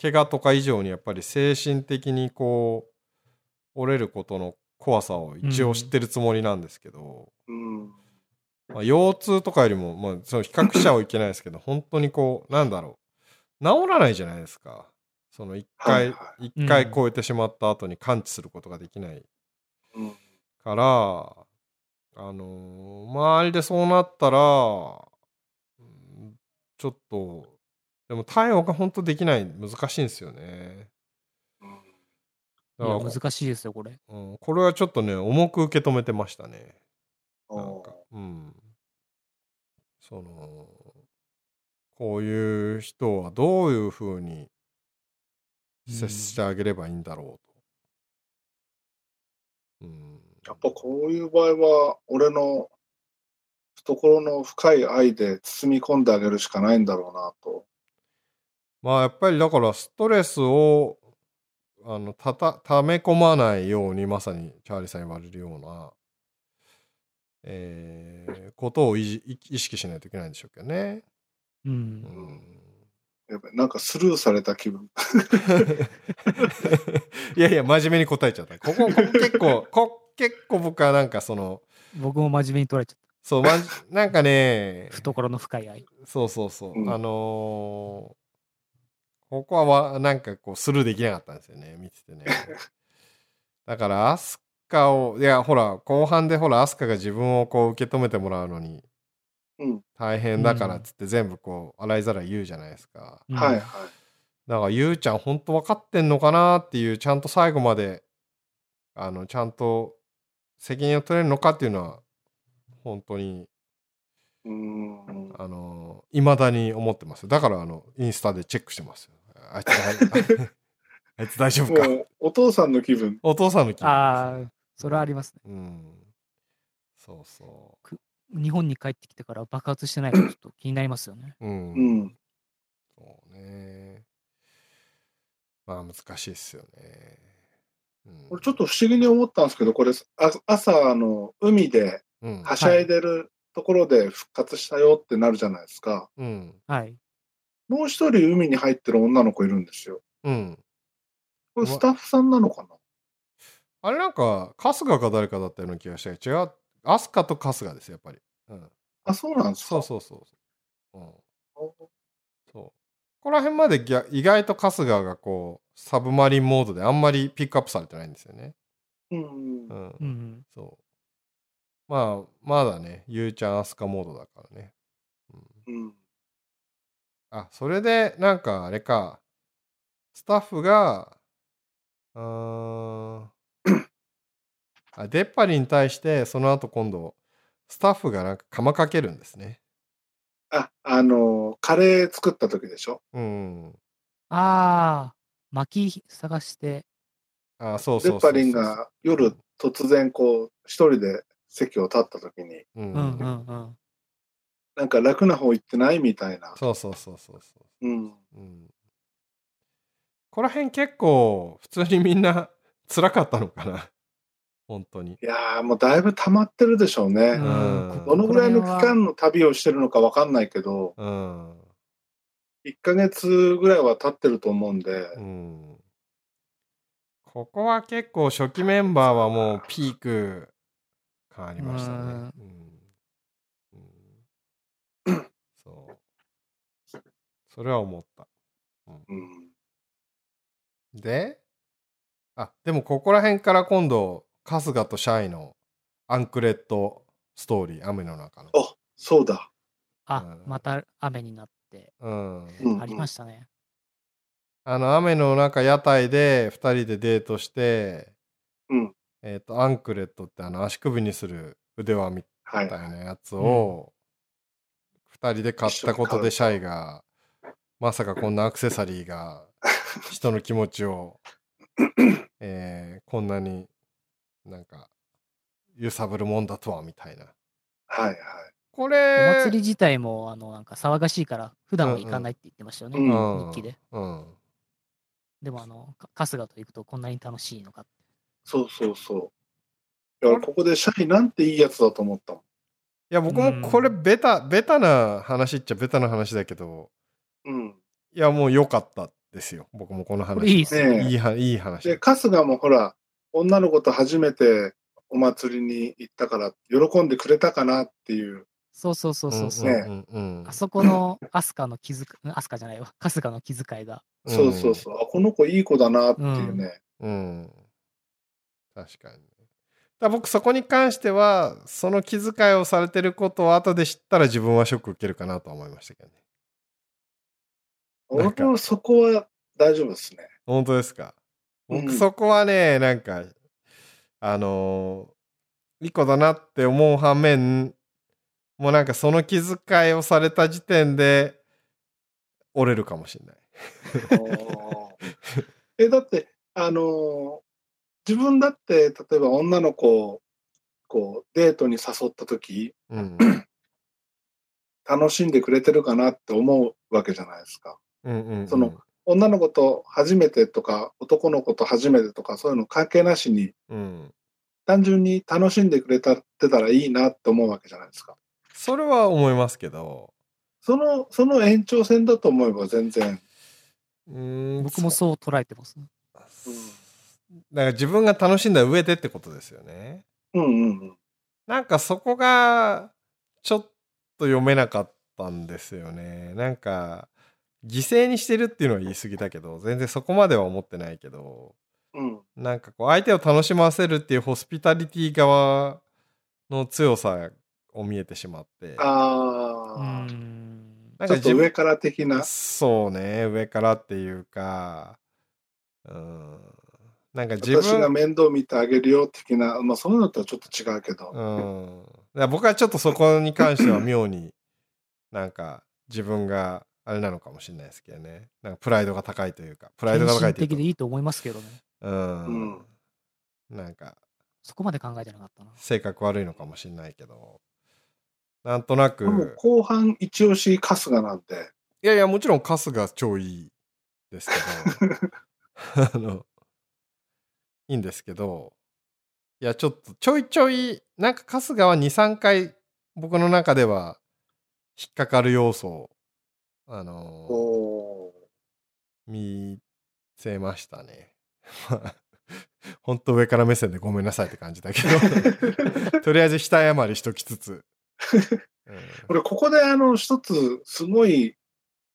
Speaker 3: 怪我とか以上にやっぱり精神的にこう折れることの怖さを一応知ってるつもりなんですけど。
Speaker 1: う。うん。
Speaker 3: まあ、腰痛とかよりも、まあ、その比較しちゃいけないで すけど本当にこうなんだろう治らないじゃないですかその一
Speaker 1: はい
Speaker 3: 回
Speaker 1: は
Speaker 3: 一、
Speaker 2: うん
Speaker 3: 回超えてしまった後に完治することができない
Speaker 1: うん。
Speaker 3: からあのー周りでそうなったらうんちょっとでも対応が本当できない難しいんですよね
Speaker 1: うん
Speaker 2: い
Speaker 3: だから
Speaker 2: や、難しいですよ、これ。
Speaker 3: うん、これはちょっとね重く受け止めてましたねなん
Speaker 1: お
Speaker 3: か、うん。その、こういう人はどういうふうに接してあげればいいんだろうと。うん。
Speaker 1: やっぱこういう場合は、俺の懐の深い愛で包み込んであげるしかないんだろうなと。
Speaker 3: まあ、やっぱりだから、ストレスを、あの、たた、溜め込まないように、まさにチャーリーさん言われるような、えーことを意識意識しないといけないんでしょうけどね。
Speaker 2: う。
Speaker 3: うんん。
Speaker 1: やっぱりなんかスルーされた気分。
Speaker 3: いやいや、真面目に答えちゃった。ここ、ここ結構、こ結構僕はなんかその、
Speaker 2: 僕も真面目に取られちゃっ
Speaker 3: そう、まじ、なんかね
Speaker 2: た。、懐の深い愛。
Speaker 3: そうそうそう、
Speaker 1: うん
Speaker 3: あのーここはわなんかこう、スルーできなかったんですよね、見 ててね。だから、アスカを、いや、ほら、後半でほら、アスカが自分をこう、受け止めてもらうのに
Speaker 1: うん。
Speaker 3: 大変だからっつって、全部こう、洗いざらい言うじゃないですか。
Speaker 2: うん
Speaker 1: はいは
Speaker 3: だから、ゆうちゃん、本当分かってんのかなっていう、ちゃんと最後まで、あの、ちゃんと責任を取れるのかっていうのは、本当に、
Speaker 1: い。うん。
Speaker 3: あの、いまだに思ってます。だから、あの、インスタでチェックしてますよ。あいつ、 あいつ大丈夫か。
Speaker 1: もう、お父さんの気分。
Speaker 3: お父さんの気分ですね。
Speaker 2: ああ、それはありますね。
Speaker 3: うん。そうそ
Speaker 2: 日本に帰ってきてから爆発してないかちょっと気になりますよね。
Speaker 3: う。うん。
Speaker 1: うん。
Speaker 3: そうね。まあ難しいっすよね。うん
Speaker 1: 俺ちょっと不思議に思ったんですけど、これ、あ朝、あの、海で、
Speaker 3: うん
Speaker 1: はしゃいでるところで復活したよってなるじゃないですか。
Speaker 3: うん。
Speaker 2: はい。
Speaker 1: もう一人海に入ってる女の子いるんですよ。
Speaker 3: うん。
Speaker 1: これスタッフさんなのかな
Speaker 3: あれなんか、春日か誰かだったような気がしたけど違う。アスカと春日です、やっぱり。うん。
Speaker 1: あ、そうなんです
Speaker 3: そう
Speaker 1: か。
Speaker 3: そうそうそう。うん。
Speaker 1: そ
Speaker 3: そう。ここら辺までぎゃ意外と春日がこう、サブマリンモードであんまりピックアップされてないんですよね。
Speaker 1: う。うん
Speaker 3: う。ん。
Speaker 2: うん。
Speaker 3: そう。まあ、まだね、ゆうちゃんアスカモードだからね。うん
Speaker 1: うん。
Speaker 3: あ、それで、なんかあれか、スタッフが、うーん、 あ、出っ張りに対して、その後今度、スタッフがなんか釜かけるんですね。
Speaker 1: あ、あの、カレー作った時でしょ。
Speaker 3: うん。
Speaker 2: ああ、薪探して、
Speaker 3: あ、そう
Speaker 1: ゼ
Speaker 3: そうそ
Speaker 1: ッ
Speaker 3: うそう。
Speaker 1: パリンが夜突然こう、一人で席を立った時に、
Speaker 3: う、
Speaker 2: うんんうんうん。
Speaker 1: なんか楽な方行ってないみたいな。
Speaker 3: そうそうそうそうそ
Speaker 1: うん。
Speaker 3: う。うん。こら辺結構、普通にみんな辛かったのかな。本当に。
Speaker 1: いやーもうだいぶ溜まってるでしょうね。
Speaker 3: うん
Speaker 1: どのぐらいの期
Speaker 2: こ
Speaker 1: 間の旅をしてるのかわかんないけど、
Speaker 3: うん。
Speaker 1: 1ヶ月ぐらいは経ってると思うんで、
Speaker 3: うんここは結構初期メンバーはもうピーク変わりましたね。うんうん そう。それは思った。
Speaker 1: うん、
Speaker 3: で、あ、でもここら辺から今度、春日とシャイのアンクレットストーリー、雨の中の。
Speaker 1: あそうだ、
Speaker 2: あ、また雨になって、
Speaker 3: うん。
Speaker 1: うん
Speaker 2: ありましたね。
Speaker 3: あの、雨の中、屋台で2人でデートして、
Speaker 1: うん
Speaker 3: えっ、と、アンクレットってあの、足首にする腕輪みたいな
Speaker 1: は
Speaker 3: み
Speaker 1: い
Speaker 3: たいなやつを2人で買ったことでシャイがまさかこんなアクセサリーが人の気持 ちをえーこんなになんか揺さぶるもんだとはみたいな
Speaker 1: はいはい
Speaker 3: こ
Speaker 2: お
Speaker 3: れ
Speaker 2: 祭り自体も、あの、なんか騒がしいから、普段は行かないって言ってましたよね、
Speaker 1: うん
Speaker 3: うん
Speaker 2: 日記で。
Speaker 3: うん
Speaker 2: でも、あの、か春日と行くとこんなに楽しいのかって。
Speaker 1: そうそうそういやここでシャイなんていいやつだと思ったも
Speaker 3: いや僕もこれ
Speaker 2: うん
Speaker 3: ベタベタな話っちゃベタな話だけど
Speaker 1: ん、うん、
Speaker 3: いやもう良かったですよ僕もこの
Speaker 2: こ
Speaker 3: 話
Speaker 2: れいいっすね。
Speaker 1: ねえ
Speaker 3: いいはいい話
Speaker 1: で春日もほら女の子と初めてお祭りに行ったから喜んでくれたかなっていう
Speaker 2: そうそうそうそうそう。
Speaker 1: ね
Speaker 3: んうんうん
Speaker 2: あそこのアスカの気遣い、アスカじゃないわ、春日の気遣いが。
Speaker 1: そうそうそう、あこの子いい子だなっていうね、
Speaker 3: うん。確かに。だ僕そこに関してはその気遣いをされてることを後で知ったら自分はショック受けるかなとは思いましたけどね。うんなんか
Speaker 1: 俺はそこは大丈夫ですね
Speaker 3: 本当ですか
Speaker 1: うん
Speaker 3: 僕そこはね、なんかあのーいい子だなって思う反面もうなんかその気遣いをされた時点で折れるかもしれない。
Speaker 1: えだってあのー自分だって例えば女の子をこうデートに誘った時
Speaker 3: うん、
Speaker 1: 楽しんでくれてるかなって思うわけじゃないですか
Speaker 3: うんうんう ん
Speaker 1: その、女の子と初めてとか男の子と初めてとかそういうの関係なしに
Speaker 3: うん、
Speaker 1: 単純に楽しんでくれたってたらいいなって思うわけじゃないですか
Speaker 3: それは思いますけど
Speaker 1: そのその延長線だと思えば全然
Speaker 3: うーん
Speaker 2: 僕もそう捉えてますね。
Speaker 3: なんか自分が楽しんだ上でってことですよね。
Speaker 1: うんうんうん
Speaker 3: なんかそこがちょっと読めなかったんですよね。なんか犠牲にしてるっていうのは言い過ぎだけど全然そこまでは思ってないけど
Speaker 1: うん
Speaker 3: なんかこう相手を楽しませるっていうホスピタリティ側の強さを見えてしまって
Speaker 1: あ
Speaker 2: うー
Speaker 1: あ、
Speaker 2: ん。
Speaker 3: な
Speaker 1: ちょ
Speaker 3: んか
Speaker 1: っと
Speaker 3: 自分
Speaker 1: 上から的な
Speaker 3: そうね上からっていうかうんなんか自分
Speaker 1: 私が面倒見てあげるよ的な、まあ、そういうのとはちょっと違うけど、
Speaker 3: うん、だから僕はちょっとそこに関しては妙になんか自分があれなのかもしれないですけどね。なんかプライドが高いというか、プライド
Speaker 2: 献
Speaker 3: が高
Speaker 2: 身
Speaker 3: いという
Speaker 2: 的
Speaker 3: か
Speaker 2: でいいと思いますけどね。
Speaker 3: うん、
Speaker 1: うん
Speaker 3: なんか
Speaker 2: そこまで考えてなかったな。
Speaker 3: 性格悪いのかもしれないけど、なんとな
Speaker 1: でも
Speaker 3: く、
Speaker 1: 後半一押し春日なんで、
Speaker 3: いやいや、もちろん春日超いいですけど、あの、いいんですけど、いや、ちょっとちょいちょい、なんか春日は2、3回、僕の中では引っかかる要素を、あの
Speaker 1: おー
Speaker 3: 見せましたね。 本当上から目線でごめんなさいって感じだけどとりあえず下謝りしときつつ、う
Speaker 1: 俺ここであの一つすごい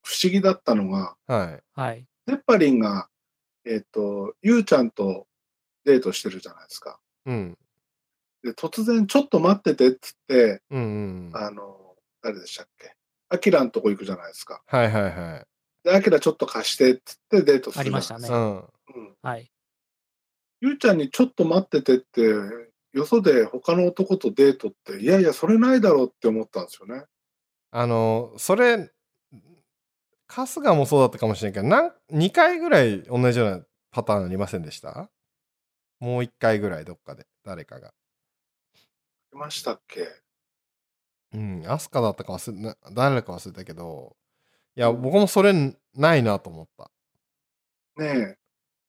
Speaker 1: 不思議だったのが、
Speaker 3: んはい
Speaker 2: はい。
Speaker 1: デッパリンが、えっ、と、ゆうちゃんとデートしてるじゃないですか。
Speaker 3: うん
Speaker 1: で、突然ちょっと待っててっつって、
Speaker 3: うんうんはい
Speaker 1: あの、誰でしたっけアキラのとこ行くじゃないですか。
Speaker 3: はいは
Speaker 1: で、アキラちょっと貸してっつってデートするじゃないですか
Speaker 2: ありま
Speaker 3: い、
Speaker 2: し
Speaker 3: うん、
Speaker 1: うん
Speaker 2: はい。
Speaker 1: ゆうちゃんにちょっと待っててって、よそで他の男とデートって、いやいや、それないだろうって思ったんですよね。
Speaker 3: あのそれ春日もそうだったかもしれんけどなん2回ぐらい同じようなパターンありませんでしたもう1回ぐらいどっかで誰かが
Speaker 1: いましたっけ
Speaker 3: うん、アスカだったか忘れな、誰か忘れたけど、いや、僕もそれないなと思った。
Speaker 1: ね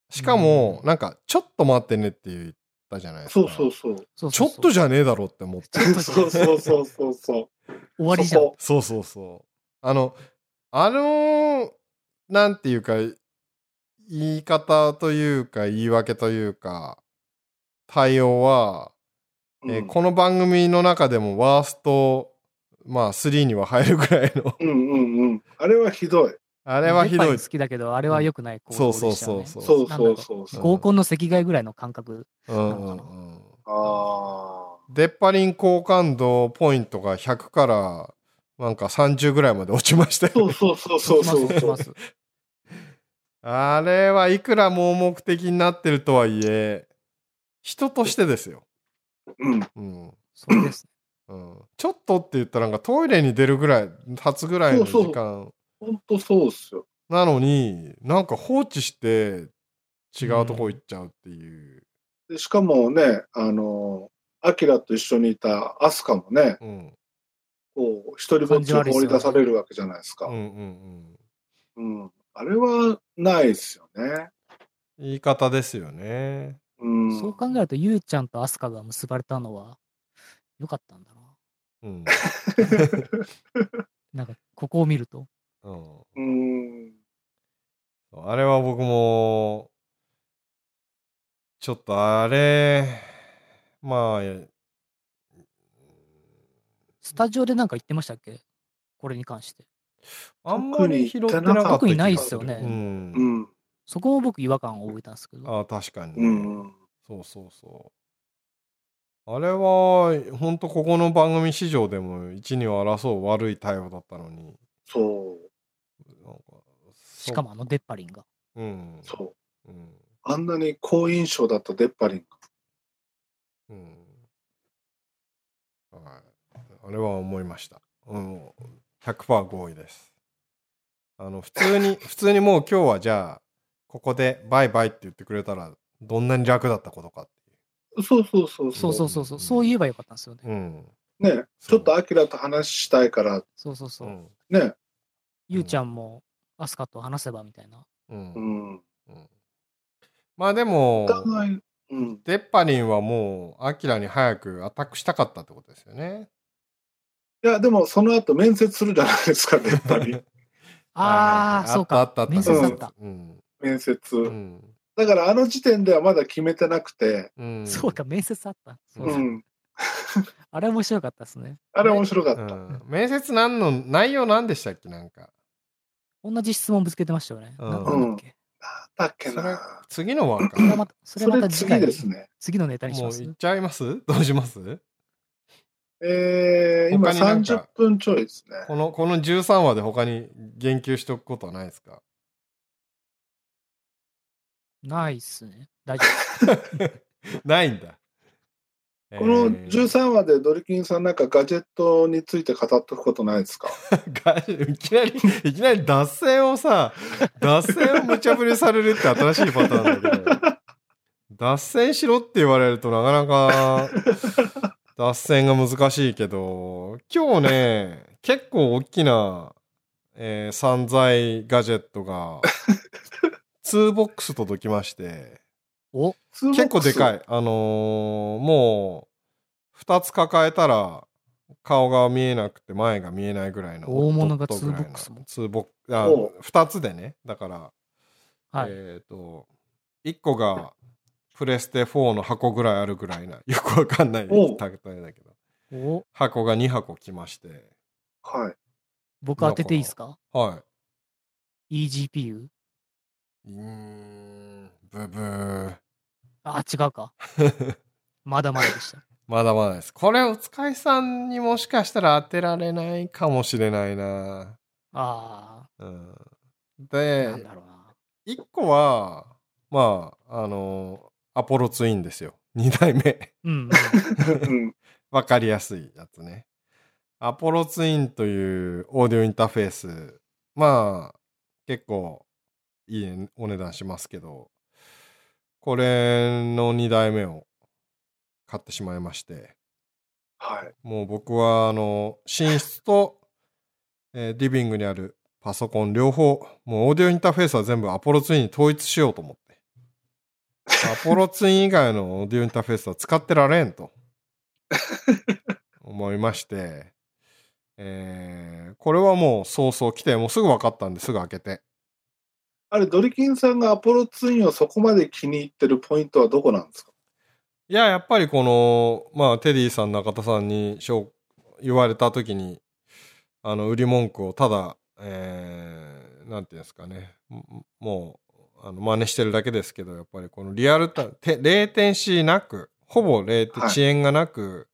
Speaker 3: しかも、
Speaker 2: う
Speaker 3: なんか、ちょっと待ってねって言ったじゃない
Speaker 1: え。
Speaker 3: ですか。
Speaker 1: そうそうそう。
Speaker 2: そう
Speaker 3: ちょ
Speaker 2: そう
Speaker 3: っ
Speaker 2: そう
Speaker 3: とじゃねえだろって思った。
Speaker 1: そうそうそうそうそう。
Speaker 2: 終わりじゃん
Speaker 1: そ。こ
Speaker 3: そうそうそう。あの、あの、なんていうか、言い方というか、言い訳というか、対応は、えー
Speaker 1: うん、
Speaker 3: この番組の中でもワースト、まあ、3には入るぐらいの
Speaker 1: うんうんうん。あれはひどい。
Speaker 3: あ
Speaker 2: あ
Speaker 3: れはひどい
Speaker 2: 好。きだけど、あれは良くない行動
Speaker 3: そ
Speaker 2: で
Speaker 3: うそう
Speaker 2: したよ
Speaker 3: そ
Speaker 2: ね。
Speaker 3: うそ
Speaker 1: そう
Speaker 3: う。
Speaker 1: そうそうそう。
Speaker 2: 合コンの席替えぐらいの感覚。
Speaker 3: うんう
Speaker 2: なんん
Speaker 3: う
Speaker 2: か
Speaker 3: ん
Speaker 1: あ
Speaker 3: 出っ張りん好感度ポイントが100からなんか30ぐらいまで落ちました
Speaker 1: あ。そ
Speaker 3: よ
Speaker 1: うそうそうそうそう
Speaker 2: 落ち
Speaker 1: そ
Speaker 2: ま
Speaker 1: う
Speaker 2: す。。落ちます
Speaker 3: あれはいくら盲目的になってるとはいえ人としてですよ、
Speaker 1: うん。
Speaker 3: うん
Speaker 2: そうです。
Speaker 3: うん、ちょっとって言ったらなんかトイレに出るぐらい立つぐらいの時間
Speaker 1: そう本当そうっすよ。
Speaker 3: なのになんか放置して違うとこ行っちゃうっていう、
Speaker 1: でしかもね、あの、アキラと一緒にいたアスカもね、
Speaker 3: うん、
Speaker 1: こう、一人ぼっちを放り出されるわけじゃないですか
Speaker 3: うんう。んうん
Speaker 1: うん。あれはないっすよね。
Speaker 3: 言い方ですよね
Speaker 1: うん。
Speaker 2: そう考えると、ゆうちゃんとアスカが結ばれたのは、良かったんだな。
Speaker 3: うん、
Speaker 2: なんか、ここを見ると。
Speaker 3: うん
Speaker 1: うん。
Speaker 3: あれは僕も、ちょっとあれ、まあ、
Speaker 2: スタジオでなんか言ってましたっけこれに関して。
Speaker 3: あんまり拾ってなかった気がする。
Speaker 2: 特にないっすよね
Speaker 3: うん
Speaker 1: う。ん。
Speaker 2: そこも僕違和感を覚えたんですけど。
Speaker 3: ああ確かに、
Speaker 1: うん。
Speaker 3: そうそうそう。あれは、ほんとここの番組史上でも一にを争う悪い対応だったのに。
Speaker 1: そう。
Speaker 3: なんか
Speaker 2: しかも。あのデッパリンが。
Speaker 3: そうん。
Speaker 1: そう。
Speaker 3: うん。
Speaker 1: あんなに好印象だったデッパリンが。
Speaker 3: うん。はい。あれは思いました。うん、100%合意です。あの、普 通に、普通にもう今日はじゃあ、ここでバイバイって言ってくれたら、どんなに楽だったことかっ
Speaker 1: そうそうそう
Speaker 2: そうそうそうそう。そう言えばよかったんですよ
Speaker 3: て
Speaker 2: ね。
Speaker 3: いう。うん。
Speaker 1: ね、ちょっとアキラと話したいから、
Speaker 2: そうそうそうう。
Speaker 3: ん。
Speaker 1: ね、
Speaker 2: ゆうちゃんもアスカと話せばみたいな。
Speaker 3: うん
Speaker 1: う。ん。
Speaker 3: うんまあで
Speaker 1: お
Speaker 3: も、
Speaker 1: 互い、うん。
Speaker 3: デッパリンはもう、アキラに早くアタックしたかったってことですよね。
Speaker 1: いや、でもその後面接するじゃないです か、やっぱり。
Speaker 2: ああ、
Speaker 3: はいはい
Speaker 2: そうか。
Speaker 3: あったあったあ
Speaker 2: 面
Speaker 3: った。
Speaker 1: 接だった
Speaker 3: うん。
Speaker 1: 面接。
Speaker 3: うん。
Speaker 1: だからあの時点ではまだ決めてなくて、
Speaker 3: うん
Speaker 2: そうか、。面接あった。そう
Speaker 1: う
Speaker 2: だ
Speaker 1: ん。
Speaker 2: あれ面白かったですね。
Speaker 1: あれ面白かっ
Speaker 3: う
Speaker 1: た。
Speaker 3: ん、面接なんの内容なんでしたっけなんか
Speaker 2: 同じ質問ぶつけてましたよね。
Speaker 3: うん
Speaker 2: ななんだっけ。
Speaker 1: だっけ
Speaker 3: それ
Speaker 1: な。
Speaker 3: 次のワーカ
Speaker 2: それは
Speaker 3: ー
Speaker 2: また、それ
Speaker 1: そ
Speaker 2: はま
Speaker 1: れ
Speaker 2: た次回
Speaker 1: 次で
Speaker 2: に、
Speaker 1: すね。
Speaker 2: 次のネタにし
Speaker 3: も
Speaker 2: ま
Speaker 3: う
Speaker 2: す
Speaker 3: 行っちゃいますどうします
Speaker 1: えー、今
Speaker 3: 他になんか
Speaker 1: 30分ちょいですね。
Speaker 3: このこの13話で他に言及しておくことはないですか
Speaker 2: ないっすね。大丈夫。
Speaker 3: ないんだえー
Speaker 1: この13話でドリキンさんなんかガジェットについて語っとくことないですか
Speaker 3: ガジいきなり、 いきなり脱線をさ、脱線を無茶ぶりされるって新しいパターンだけど、脱線しろって言われるとなかなか脱線が難しいけど、今日ね、結構大きな、えー散財ガジェットが、2ボックス届きまして、
Speaker 2: お
Speaker 3: 結構でか
Speaker 1: い。
Speaker 3: い。あのーもう、2つ抱えたら、顔が見えなくて前が見えないぐらいの。
Speaker 2: 大物が
Speaker 3: おっとっとぐらいの
Speaker 2: ツーボックスも
Speaker 3: ツーボックス。あ
Speaker 1: おう
Speaker 3: 2つでね。だから、
Speaker 2: はい。
Speaker 3: えっ、と、1個が、プレステ4の箱ぐらいあるぐらいな、 よくわかんない
Speaker 1: おう
Speaker 3: タクトだけど、
Speaker 2: お
Speaker 3: 箱が2箱来まして、
Speaker 1: はい。
Speaker 2: 僕当てていいですか
Speaker 3: は
Speaker 2: ?eGPU?
Speaker 3: い。うーん、ブブー。
Speaker 2: あ、違う か。まだまだでした。
Speaker 3: まだまだです。これ、お使いさんにもしかしたら当てられないかもしれないな。
Speaker 2: あ
Speaker 3: うん
Speaker 2: あ、なん
Speaker 3: で
Speaker 2: だろうな。
Speaker 3: 1個はまああのアポロツインですよ2代 目
Speaker 2: う ん、
Speaker 1: うん。
Speaker 3: 分かりやすいやつねアポロツインというオーディオインターフェースまあ結構いいねお値段しますけどこれの2代目を買ってしまいまして
Speaker 1: はい。
Speaker 3: もう僕はあの寝室と、えーリビングにあるパソコン両方もうオーディオインターフェースは全部アポロツインに統一しようと思ってアポロツイン以外のオーディオインターフェースは使ってられんと思いまして、えーこれはもう早々来てもうすぐ分かったんですぐ開けて
Speaker 1: あれ、ドリキンさんがアポロツインをそこまで気に入ってるポイントはどこなんですか
Speaker 3: いや、やっぱりこの、まあ、テリーさん、中田さんにしょう言われたときに、あの、売り文句をただ、えー、なんていうんですかね、ももう、あの真似してるだけですけど、やっぱりこのリアルタイム、て0点しなく、ほぼ0点、
Speaker 1: はい
Speaker 3: 遅延がなく、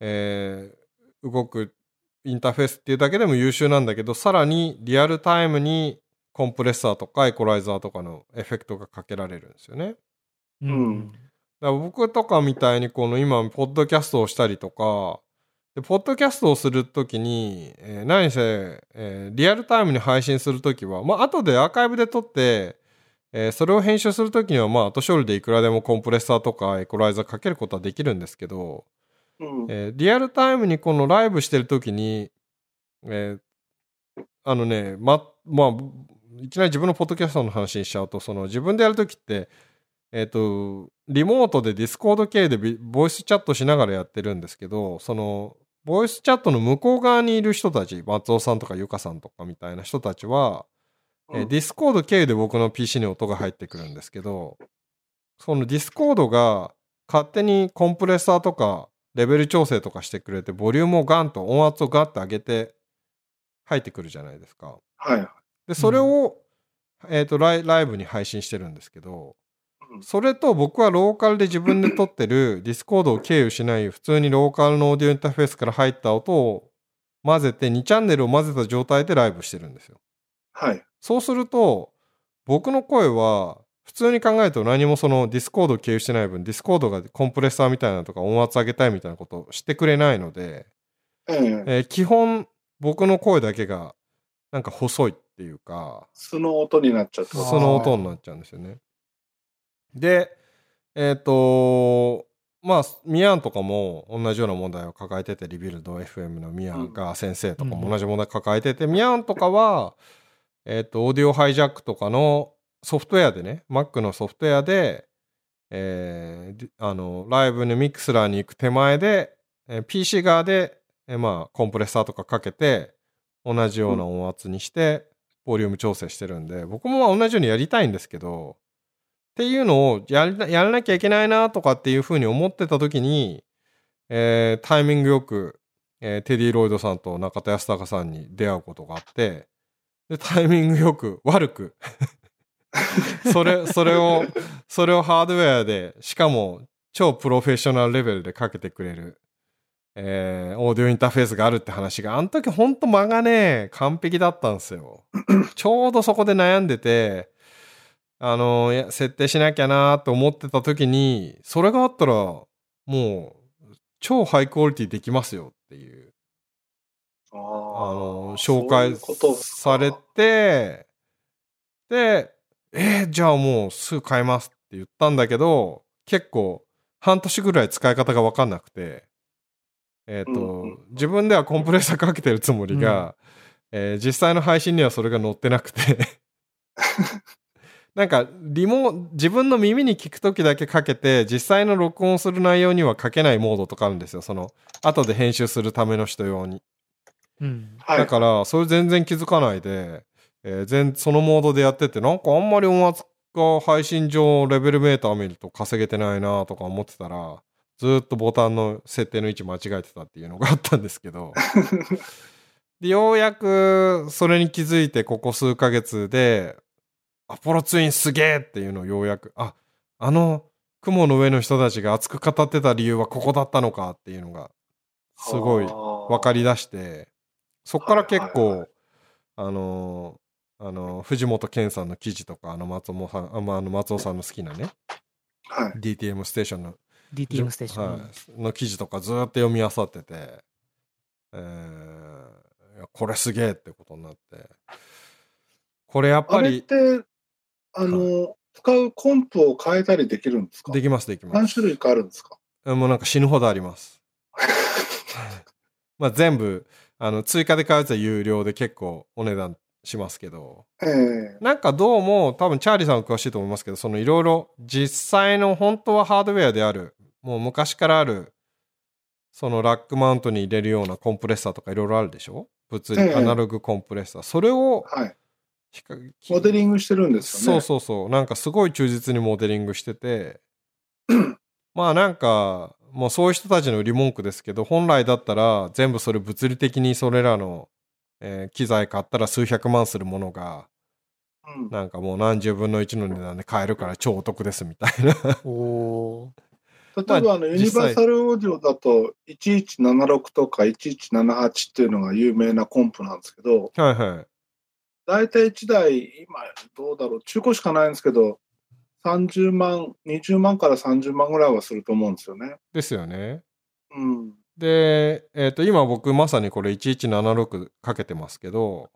Speaker 3: えー動くインターフェースっていうだけでも優秀なんだけど、さらにリアルタイムにコンプレッサーとかエコライザーとかのエフェクトがかけられるんですよね。
Speaker 2: うん。
Speaker 1: うん
Speaker 3: だから僕とかみたいにこの今ポッドキャストをしたりとかでポッドキャストをするときに、えー何せ、えーリアルタイムに配信するときはまあ後でアーカイブで撮って、えーそれを編集するときにはまあ後処理でいくらでもコンプレッサーとかエコライザーかけることはできるんですけど、
Speaker 1: うん。
Speaker 3: えーリアルタイムにこのライブしてる時に、えーあのね、ま、まあ、いきなり自分のポッドキャストの話にしちゃうと、その自分でやる時って、えっ、と、リモートでディスコード系でビボイスチャットしながらやってるんですけど、その、ボイスチャットの向こう側にいる人たち、松尾さんとかゆかさんとかみたいな人たちは、え
Speaker 1: う
Speaker 3: ー
Speaker 1: ん
Speaker 3: ディスコード経由で僕の PC に音が入ってくるんですけど、そのディスコードが勝手にコンプレッサーとかレベル調整とかしてくれて、ボリュームをガンと音圧をガッて上げて入ってくるじゃないですか。
Speaker 1: はい。
Speaker 3: で、それを、えっ、とライ、ライブに配信してるんですけど、
Speaker 1: うん
Speaker 3: それと僕はローカルで自分で撮ってる ディスコードを経由しない普通にローカルのオーディオインターフェースから入った音を混ぜて2チャンネルを混ぜた状態でライブしてるんですよ。
Speaker 1: はい。
Speaker 3: そうすると、僕の声は、普通に考えると何もそのディスコードを経由してない分、ディスコードがコンプレッサーみたいなのとか音圧上げたいみたいなことをしてくれないので、
Speaker 1: ええ
Speaker 3: えー基本僕の声だけがなんか細いっていうか、
Speaker 1: 素の音になっちゃった
Speaker 2: あー
Speaker 3: その音になっちゃうんですよね。で、えっ、と、まあ、ミヤンとかも同じような問題を抱えてて、リビルド FM のミヤンが先生とかも同じ問題抱えてて、ミヤンとかは、えっ、と、オーディオハイジャックとかのソフトウェアでね、Mac のソフトウェアで、えーあの、ライブのミクスラーに行く手前で、えー PC 側で、えーまあ、コンプレッサーとかかけて、同じような音圧にして、ボリューム調整してるんで、僕もまあ同じようにやりたいんですけど、っていうのをやりなやらなきゃいけないなとかっていうふうに思ってた時に、えータイミングよく、えーテディ・ロイドさんと中田康隆さんに出会うことがあって、で、タイミングよく、 悪く、それ、それを、それをハードウェアで、しかも超プロフェッショナルレベルでかけてくれる、えーオーディオインターフェースがあるって話が、あの時ほんと間がね、完璧だったんですよ。ちょうどそこで悩んでて、あの、いや設定しなきゃなーって思ってた時に、それがあったら、ももう、超ハイクオリティできますよっていう、
Speaker 1: あ
Speaker 3: あ
Speaker 1: の
Speaker 3: の、紹介されて、で、えーじゃあもうすぐ買いますって言ったんだけど、結構、半年ぐらい使い方が分かんなくて、えっ、と、
Speaker 1: うんうん
Speaker 3: 自分ではコンプレッサーかけてるつもりが、えー実際の配信にはそれが載ってなくて、 なんか、リモ、自分の耳に聞くときだけかけて、実際の録音する内容にはかけないモードとかあるんですよ。その、後で編集するための人用に。
Speaker 2: うん。
Speaker 1: はい
Speaker 3: だから、それ全然気づかないで、えー全そのモードでやってて、なんかあんまり音圧が配信上レベルメーター見ると稼げてないなとか思ってたら、ずーっとボタンの設定の位置間違えてたっていうのがあったんです けど、でようやくそれに気づいて、ここ数ヶ月で、アポロツインすげーっていうのをようやく、あ、あの雲の上の人たちが熱く語ってた理由はここだったのかっていうのが、すごい分
Speaker 1: 分
Speaker 3: か
Speaker 1: り
Speaker 3: りだしてそっから結
Speaker 1: はいはいは
Speaker 3: 構あのーあのー藤本健さんの記事とかあの松尾さんあまああの松尾さんの好きなね
Speaker 1: はい
Speaker 3: DTM ステーションの
Speaker 2: DTM ステーション。
Speaker 3: はい、の記事とかずーっと読み漁ってて、えーいやこれすげえってことになってこれやっぱ
Speaker 1: あれっ
Speaker 3: り
Speaker 1: てあの使うコンプを変えたりできるんですか
Speaker 3: できますできま
Speaker 1: 何
Speaker 3: す
Speaker 1: 種類かあるんですか
Speaker 3: えもうなんか死ぬほどあります。 まあ全部あの追加で買うやつは有料で結構お値段しますけど
Speaker 1: ええ
Speaker 3: なんかどうも多分チャーリーさんは詳しいと思いますけどそのいろいろ実際の本当はハードウェアであるもう昔からあるそのラックマウントに入れるようなコンプレッサーとかいろいろあるでしょ物
Speaker 1: ええ
Speaker 3: 理アナログコンプレッサーそれを
Speaker 1: はい
Speaker 3: 比較
Speaker 1: モデリングしてるんですよ
Speaker 3: そう
Speaker 1: ね
Speaker 3: そうそうなんかすごい忠実にモデリングして てまあなんかもうそういう人たちの売り文句ですけど本来だったら全部それ物理的にそれらの、えー機材買ったら数百万するものが
Speaker 1: うん
Speaker 3: なんかもう何十分の1の値段で買えるから超お得ですみたいな
Speaker 2: おー。
Speaker 1: 例えばあの
Speaker 3: まあ
Speaker 1: ユニバーサルオーディオだと1176とか1178っていうのが有名なコンプなんですけど
Speaker 3: はいはい
Speaker 1: 大体1台今どうだろう中古しかないんですけど30万20万から30万ぐらいはすると思うんですよね。
Speaker 3: ですよね
Speaker 1: うん、
Speaker 3: で、えー、と今僕まさにこれ1176かけてますけど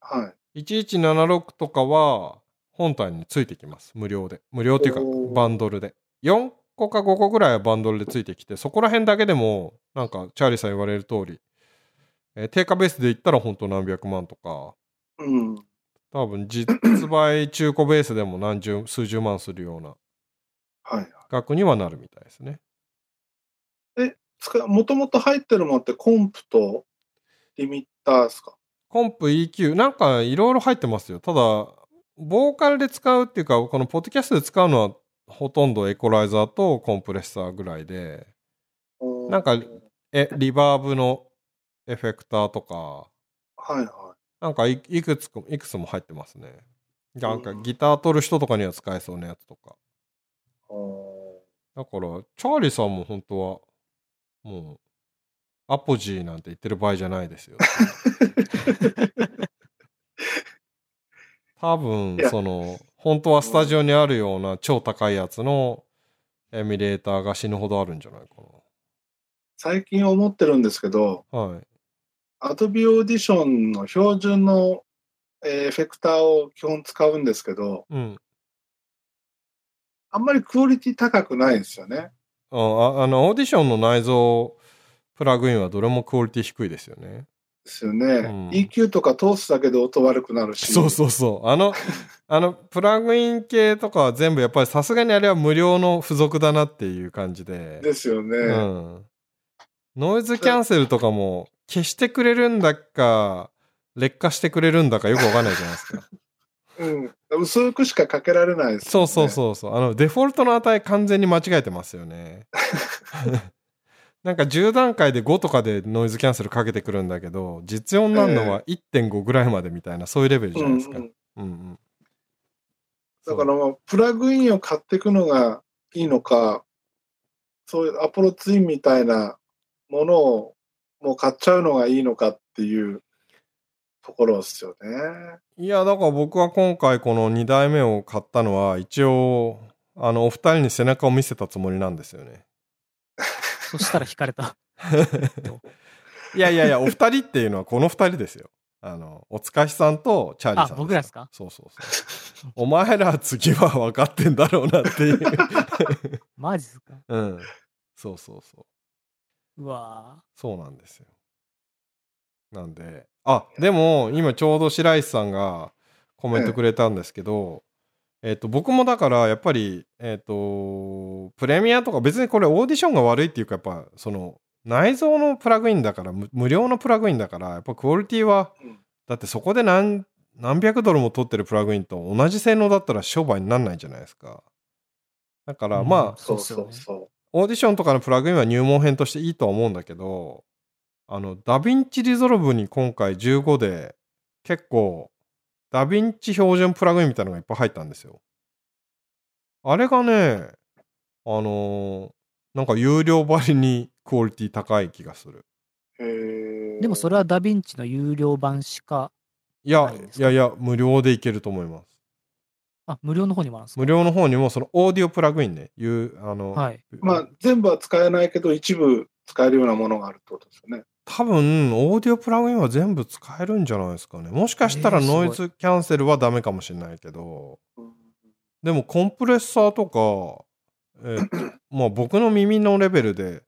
Speaker 1: はい
Speaker 3: 1176とかは本体についてきます無料で無料っていうか
Speaker 1: おー
Speaker 3: バンドルで4個か5個ぐらいはバンドルでついてきてそこら辺だけでもなんかチャーリーさん言われる通り、えー定価ベースで言ったら本当何百万とか
Speaker 1: うん
Speaker 3: 多分実売中古ベースでも何十数十万するような
Speaker 1: はい、
Speaker 3: 額にはなるみたいですね
Speaker 1: もともと入ってるものってコンプとリミッターですか
Speaker 3: コンプ EQ なんかいろいろ入ってますよただボーカルで使うっていうかこのポッドキャストで使うのはほとんどエコライザーとコンプレッサーぐらいでなんか
Speaker 1: はい
Speaker 3: えリバーブのエフェクターとか
Speaker 1: は
Speaker 3: なんかいいくつかいくつも入ってますねなんか
Speaker 1: うん
Speaker 3: ギター取る人とかには使えそうなやつと
Speaker 1: い
Speaker 3: か
Speaker 1: お
Speaker 3: だからチャーリーさんも本当はもうアポジーなんて言ってる場合じゃな いですよ多分
Speaker 1: いや
Speaker 3: その本当はスタジオにあるような超高いやつのエミュレーターが死ぬほどあるんじゃないか
Speaker 1: 最近思ってるんですけど
Speaker 3: なはい
Speaker 1: Adobe Audition の標準のえーエフェクターを基本使うんですけど
Speaker 3: うん
Speaker 1: あんまりクオリティ高くないですよね
Speaker 3: ああのオーディションの内蔵プラグインはどれもクオリティ低いですよね
Speaker 1: ですよね、
Speaker 3: ん
Speaker 1: EQ とか通すだけで音悪くなるし
Speaker 3: そうそうそう あのあのプラグイン系とかは全部やっぱりさすがにあれは無料の付属だなっていう感じで
Speaker 1: ですよね、
Speaker 3: うん、ノイズキャンセルとかも消してくれるんだか劣化してくれるんだかよくわかんないじゃないです か
Speaker 1: うん、薄くしかかけられないです
Speaker 3: そ
Speaker 1: よね
Speaker 3: うそうそうそうあのデフォルトの値完全に間違えてます よねなんか10段階で5とかでノイズキャンセルかけてくるんだけど実音なんのは1.5ぐらいまでみたいなそういうレベルじゃないですか、
Speaker 1: うん
Speaker 3: う
Speaker 1: うん
Speaker 3: んうん
Speaker 1: だからまあプラグインを買っていくのがいいのかそういうアポロツインみたいなものをもう買っちゃうのがいいのかっていうところですよね。
Speaker 3: いやだから僕は今回この2代目を買ったのは一応あのお二人に背中を見せたつもりなんですよね
Speaker 2: そしたら惹かれた。
Speaker 3: いやいやいや、お二人っていうのはこの二人ですよ。あの、おつかしさんとチャーリーさん。
Speaker 2: あ僕らですか
Speaker 3: そうそうそう。お前ら次は分かってんだろうなっ ていう。
Speaker 2: マジっすか
Speaker 3: うん。そうそうそう。
Speaker 2: うわ
Speaker 3: そうなんですよ。なんで、あ、でも今ちょうど白石さんがコメントくれたんですけど、えっと、僕もだからやっぱり、えっと、プレミアとか別にこれオーディションが悪いっていうか、やっぱその内蔵のプラグインだから、無無料のプラグインだから、やっぱクオリティは
Speaker 1: うん、
Speaker 3: だってそこで何、何百ドルも取ってるプラグインと同じ性能だったら商売にならないじゃないですか。だからまあ、
Speaker 2: うん
Speaker 1: そう
Speaker 2: そうっすよ
Speaker 1: そう
Speaker 2: ね
Speaker 1: そ
Speaker 3: オーディションとかのプラグインは入門編としていいとは思うんだけど、あの、ダヴィンチリゾルブに今回15で結構、ダヴィンチ標準プラグインみたいなのがいっぱい入ったんですよ。あれがね、あのーなんか有料ばりにクオリティ高い気がする。
Speaker 1: う。へ
Speaker 2: ーでもそれ
Speaker 1: は。
Speaker 2: はダヴィンチの有料版しか、
Speaker 3: いや
Speaker 2: 高いんで、すか
Speaker 3: いやいや、無料でいけると思います。
Speaker 2: あ、無料の方にもあるんですか
Speaker 3: 無料の方にも、そのオーディオプラグインね、いう、あの、
Speaker 2: はい。
Speaker 1: まあ、全部は使えないけど、一部使えるようなものがあるってことですよね。
Speaker 3: 多分オーディオプラグインは全部使えるんじゃないですかねもしかしたら
Speaker 2: えーすご
Speaker 3: ノ
Speaker 2: い
Speaker 3: イズキャンセルはダメかもしれないけど、
Speaker 1: うん
Speaker 3: でもコンプレッサーとか、えーまあ僕の耳のレベルで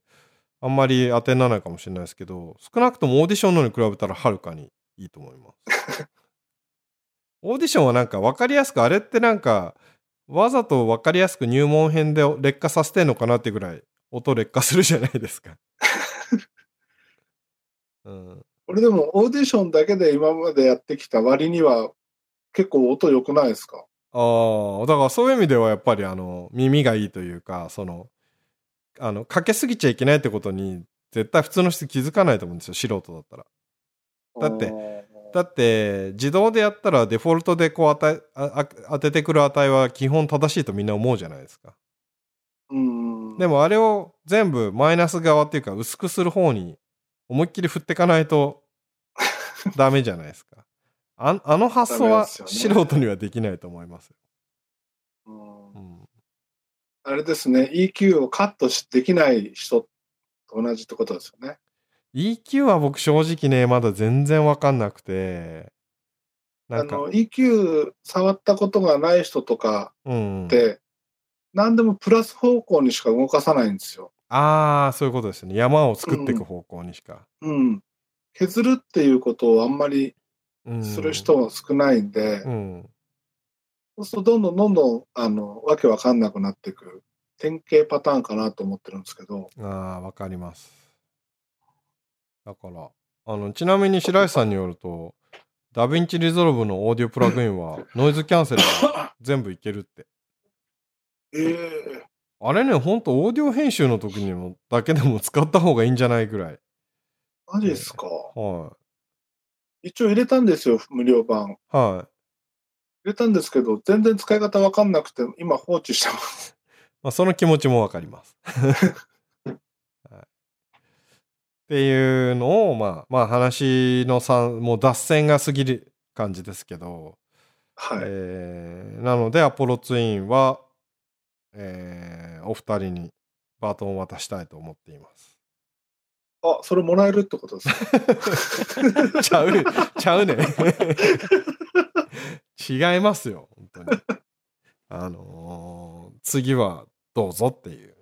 Speaker 3: あんまり当てにならないかもしれないですけど少なくともオーディションのに比べたらはるかにいいと思いますオーディションはなんか分かりやすくあれってなんかわざと分かりやすく入門編で劣化させてんのかなってぐらい音劣化するじゃないですか、うん、
Speaker 1: 俺でも、オーディションだけで今までやってきた割には、結構音良くないですか
Speaker 3: ああ、だからそういう意味ではやっぱりあの耳がいいというか、その、あの、かけすぎちゃいけないってことに、絶対普通の人気づかないと思うんですよ、素人だったら。だってだって、自動でやったらデフォルトでこう与えああ当ててくる値は基本正しいとみんな思うじゃないですか。
Speaker 1: うん。
Speaker 3: でもあれを全部マイナス側っていうか薄くする方に思いっきり振っていかないとダメじゃないですか。ああの発想は
Speaker 1: ダメですよね
Speaker 3: 素人にはできないと思います。
Speaker 1: うん
Speaker 3: うん
Speaker 1: あれですね、EQ をカットしできない人と同じってことですよね。
Speaker 3: EQ は僕正直ねまだ全然わかんなくてな
Speaker 1: あ
Speaker 3: んか
Speaker 1: の EQ 触ったことがない人とか
Speaker 3: うん
Speaker 1: って、何でもプラス方向にしか動かさないんですよ。
Speaker 3: ああそういうことですね山を作っていく方向にしか、
Speaker 1: うん。削るっていうことをあんまり
Speaker 3: うん
Speaker 1: する人も少ないんで、
Speaker 3: うん
Speaker 1: そうするとどんどんどんどん、あの、わけわかんなくなっていく典型パターンかなと思ってるんですけど、
Speaker 3: ああわかりますだからあのちなみに白石さんによるとダヴィンチリゾルブのオーディオプラグイ ンはノイズキャンセルが全部いけるって
Speaker 1: ええ
Speaker 3: あれねほんとオーディオ編集の時にもだけでも使った方がいいんじゃないぐらい
Speaker 1: マジですか。
Speaker 3: は
Speaker 1: 一応入れたんですよ、無料版。
Speaker 3: いはい
Speaker 1: 入れたんですけど、全然使い方わかんなくて、今放置してます。
Speaker 3: まあ、その気持ちもわかります、はい。っていうのを、まあ、まあ、話のさん、もう脱線が過ぎる感じですけど、
Speaker 1: はい。
Speaker 3: えーなので、アポロツインは、えーお二人にバトンを渡したいと思っています。
Speaker 1: あ、それもらえるってことですか。
Speaker 3: ちゃう、ちゃうね。違いますよ、本当に。あのー次はどうぞっていう。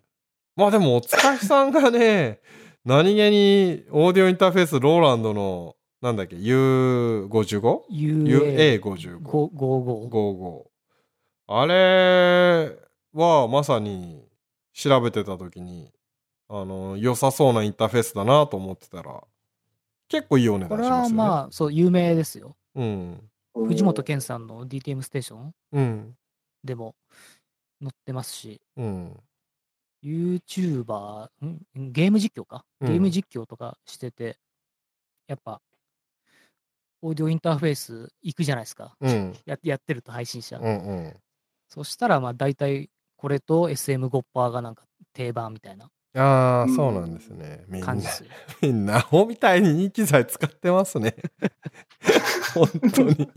Speaker 3: まあでも、おつかしさんがね、何気にオーディオインターフェースローランドの、なんだっけ、U55?U、
Speaker 2: UA55。
Speaker 3: A55。
Speaker 2: 55
Speaker 3: 55。あれはまさに調べてた時に、あの、良さそうなインターフェースだなと思ってたら、結構いいお値
Speaker 2: こ
Speaker 3: 段
Speaker 2: れ
Speaker 3: しま
Speaker 2: は
Speaker 3: すよね。
Speaker 2: まあ、そう、有名ですよ。
Speaker 3: うん。
Speaker 2: 藤本健さんの DTM ステーション
Speaker 3: うん。
Speaker 2: でも載ってますし、
Speaker 3: うん。
Speaker 2: YouTuber、んゲーム実況か。
Speaker 3: う
Speaker 2: ゲ
Speaker 3: ん
Speaker 2: ーム実況とかしてて、やっぱ、オーディオインターフェース行くじゃないですか。
Speaker 3: うん。
Speaker 2: ややってると配信者。
Speaker 3: うん。うん。
Speaker 2: そしたら、まあ、大体、これと SM5 パーがなんか定番みたいな
Speaker 3: ああ、
Speaker 1: うん
Speaker 3: そうなんですね。みんな
Speaker 2: 感じ、です よ。
Speaker 3: みんな、ほみたいにいい機材使ってま すね。本当に。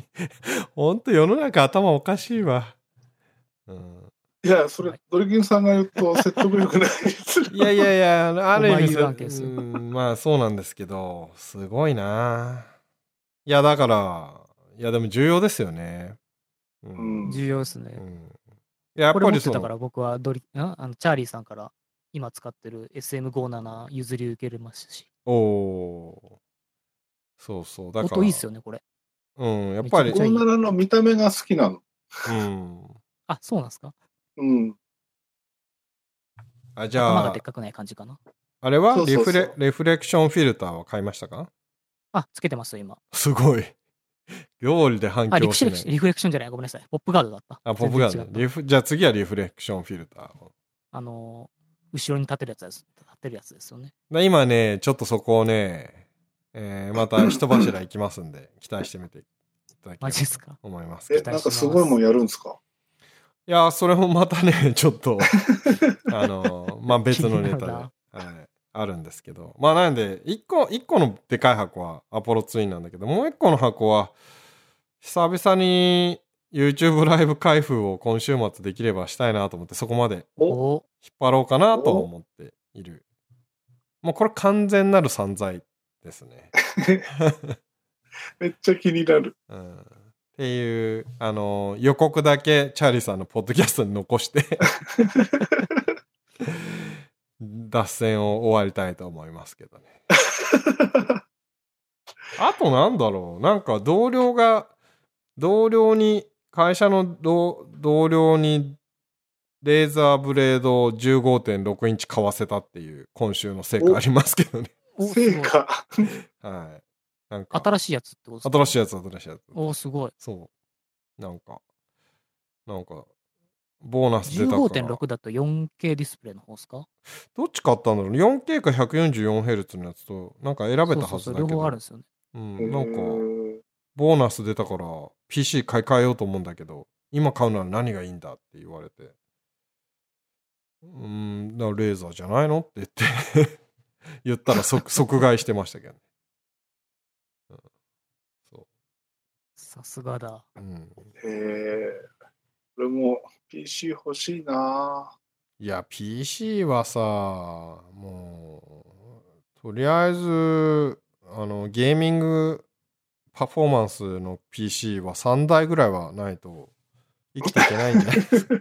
Speaker 3: 本当世の中頭おかしいわ。うん。
Speaker 1: いや、それ、ドリキンさんが言うと説得力ないですね。
Speaker 3: いやいやい や、ある意味
Speaker 2: お前言うわけですよ
Speaker 3: うんまあそうなんですけど、すごいな。いや、だから、いや、でも重要ですよね。う
Speaker 1: うん
Speaker 2: 重要です
Speaker 3: う
Speaker 2: ね。
Speaker 3: んいややっ
Speaker 2: これ
Speaker 3: ぱ
Speaker 2: 持
Speaker 3: り
Speaker 2: って
Speaker 3: そ
Speaker 2: たから
Speaker 3: の、
Speaker 2: 僕はドリああのチャーリーさんから今使ってる SM57 譲り受けれましたし。
Speaker 3: おおー。そうそう、だから、
Speaker 2: 音いいっすよね、これ。
Speaker 3: うん、やっぱり
Speaker 2: めちゃ、くちゃいい
Speaker 1: 女の見た目が好きなの。
Speaker 3: うん。
Speaker 2: あ、そうなんですか
Speaker 1: うん。
Speaker 3: あ、じ
Speaker 2: 頭
Speaker 3: ゃ
Speaker 2: が
Speaker 3: あ
Speaker 2: でっ、かくない感じかな。
Speaker 3: あれは
Speaker 1: そう
Speaker 3: レ
Speaker 1: そうそ
Speaker 3: フ
Speaker 1: う
Speaker 3: レレフレクションフィルターは買いましたか
Speaker 2: あ、つけてますよ、今。
Speaker 3: すごい。 料理で反
Speaker 2: あ、リ
Speaker 3: 響
Speaker 2: ク
Speaker 3: し
Speaker 2: シ
Speaker 3: な
Speaker 2: リクシ
Speaker 3: い。
Speaker 2: リフレクションじゃない、ごめんなさい。ポップガードだった。
Speaker 3: あ、ポップガ
Speaker 2: 全然
Speaker 3: ード
Speaker 2: 違
Speaker 3: ね。
Speaker 2: った
Speaker 3: リフじゃあ次はリフレクションフィルターを。
Speaker 2: あのー、後ろに立てるやつです。立てるやつですよね。
Speaker 3: で今ね、ちょっとそこをね、えーまた一柱行きますんで、期待してみていただけ
Speaker 2: マジ
Speaker 3: れ
Speaker 2: で
Speaker 3: ば
Speaker 2: すか。
Speaker 3: と思いますけ
Speaker 1: え、
Speaker 3: ど。
Speaker 1: なんかすごいもんやるんですか
Speaker 3: いやー、それもまたね、 ちょっ と、あのー、まあ別のネタ
Speaker 2: 気に
Speaker 3: で、
Speaker 2: な
Speaker 3: は
Speaker 2: る
Speaker 3: い、あるんですけど。まあなんで、一個、一個のでかい箱はアポロツインなんだけど、もう一個の箱は、久々に YouTube ライブ開封を今週末できればしたいなと思って、そこまで
Speaker 1: お
Speaker 2: お
Speaker 3: 引っ張ろうかなとは思っている。もうこれ完全なる散財ですね。
Speaker 1: めっちゃ気になる。
Speaker 3: うんっていう、あのー予告だけチャーリーさんのポッドキャストに残して脱線を終わりたいと思いますけどね。あとなんだろうなんか同僚が同僚に会社の同同僚にレーザーブレードを15.6インチ買わせたっていう今週の成果ありますけどね。
Speaker 2: おす
Speaker 1: 成
Speaker 2: ごい
Speaker 1: 果。
Speaker 3: はい。なんか
Speaker 2: 新しいやつってことですか
Speaker 3: 新しいやつ新しいやつ。
Speaker 2: おすごい。
Speaker 3: そう。なんか、なんか、ボーナス出たから。
Speaker 2: 15.6だと 4K ディスプレイの方ですか
Speaker 3: どっち買ったんだろう ?4K か 144Hz のやつと、なんか選べたはず
Speaker 2: そうそうそう
Speaker 3: だけど。
Speaker 2: 両方あるんですよね。
Speaker 3: うん、なんか、
Speaker 1: うん
Speaker 3: ボーナス出たから、PC 買い替えようと思うんだけど、今買うなら何がいいんだって言われて。うーん、だからレーザーじゃないのって言って、 言ったら即即買いしてましたけどね。うん、そ
Speaker 2: さすがだ。
Speaker 3: う。うん。
Speaker 1: へえ。俺も PC 欲しいない
Speaker 3: や、PC はさ、もう、とりあえず、あの、ゲーミングパフォーマンスの PC は3台ぐらいはないと生きていけないんじゃない ですか。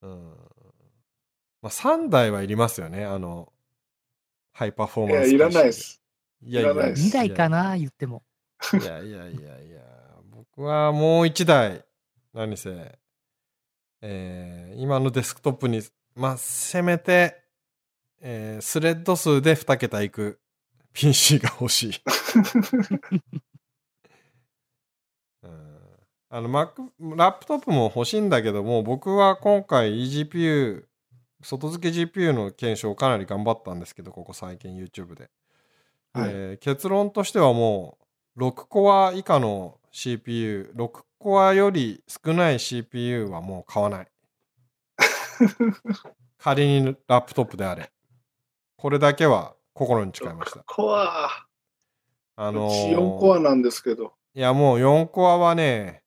Speaker 3: うん。まあ、3台はいりますよね、あの、ハイパフォ
Speaker 1: い
Speaker 3: ーマン
Speaker 1: や、
Speaker 3: ス。
Speaker 1: いらないで。す。
Speaker 3: いや
Speaker 1: いらないです
Speaker 2: 2台かな言って も。
Speaker 3: いやいやいやいや、僕はもう一台、何せ、えー今のデスクトップに、まあ、せめて、えースレッド数で2桁いく PC が欲しい。うんあの、Mac、ラップトップも欲しいんだけども、僕は今回 eGPU、外付け GPU の検証をかなり頑張ったんですけど、ここ最近 YouTube で。
Speaker 1: はい
Speaker 3: えー結論としてはもう、6コア以下の CPU、6コアより少ない CPU はもう買 わない。仮にラップトップであれ。これだけは心に誓いました。
Speaker 1: コア。
Speaker 3: あ
Speaker 1: う
Speaker 3: の
Speaker 1: ち
Speaker 3: ー
Speaker 1: 4コアなんですけど。
Speaker 3: いや、もう4コアはね、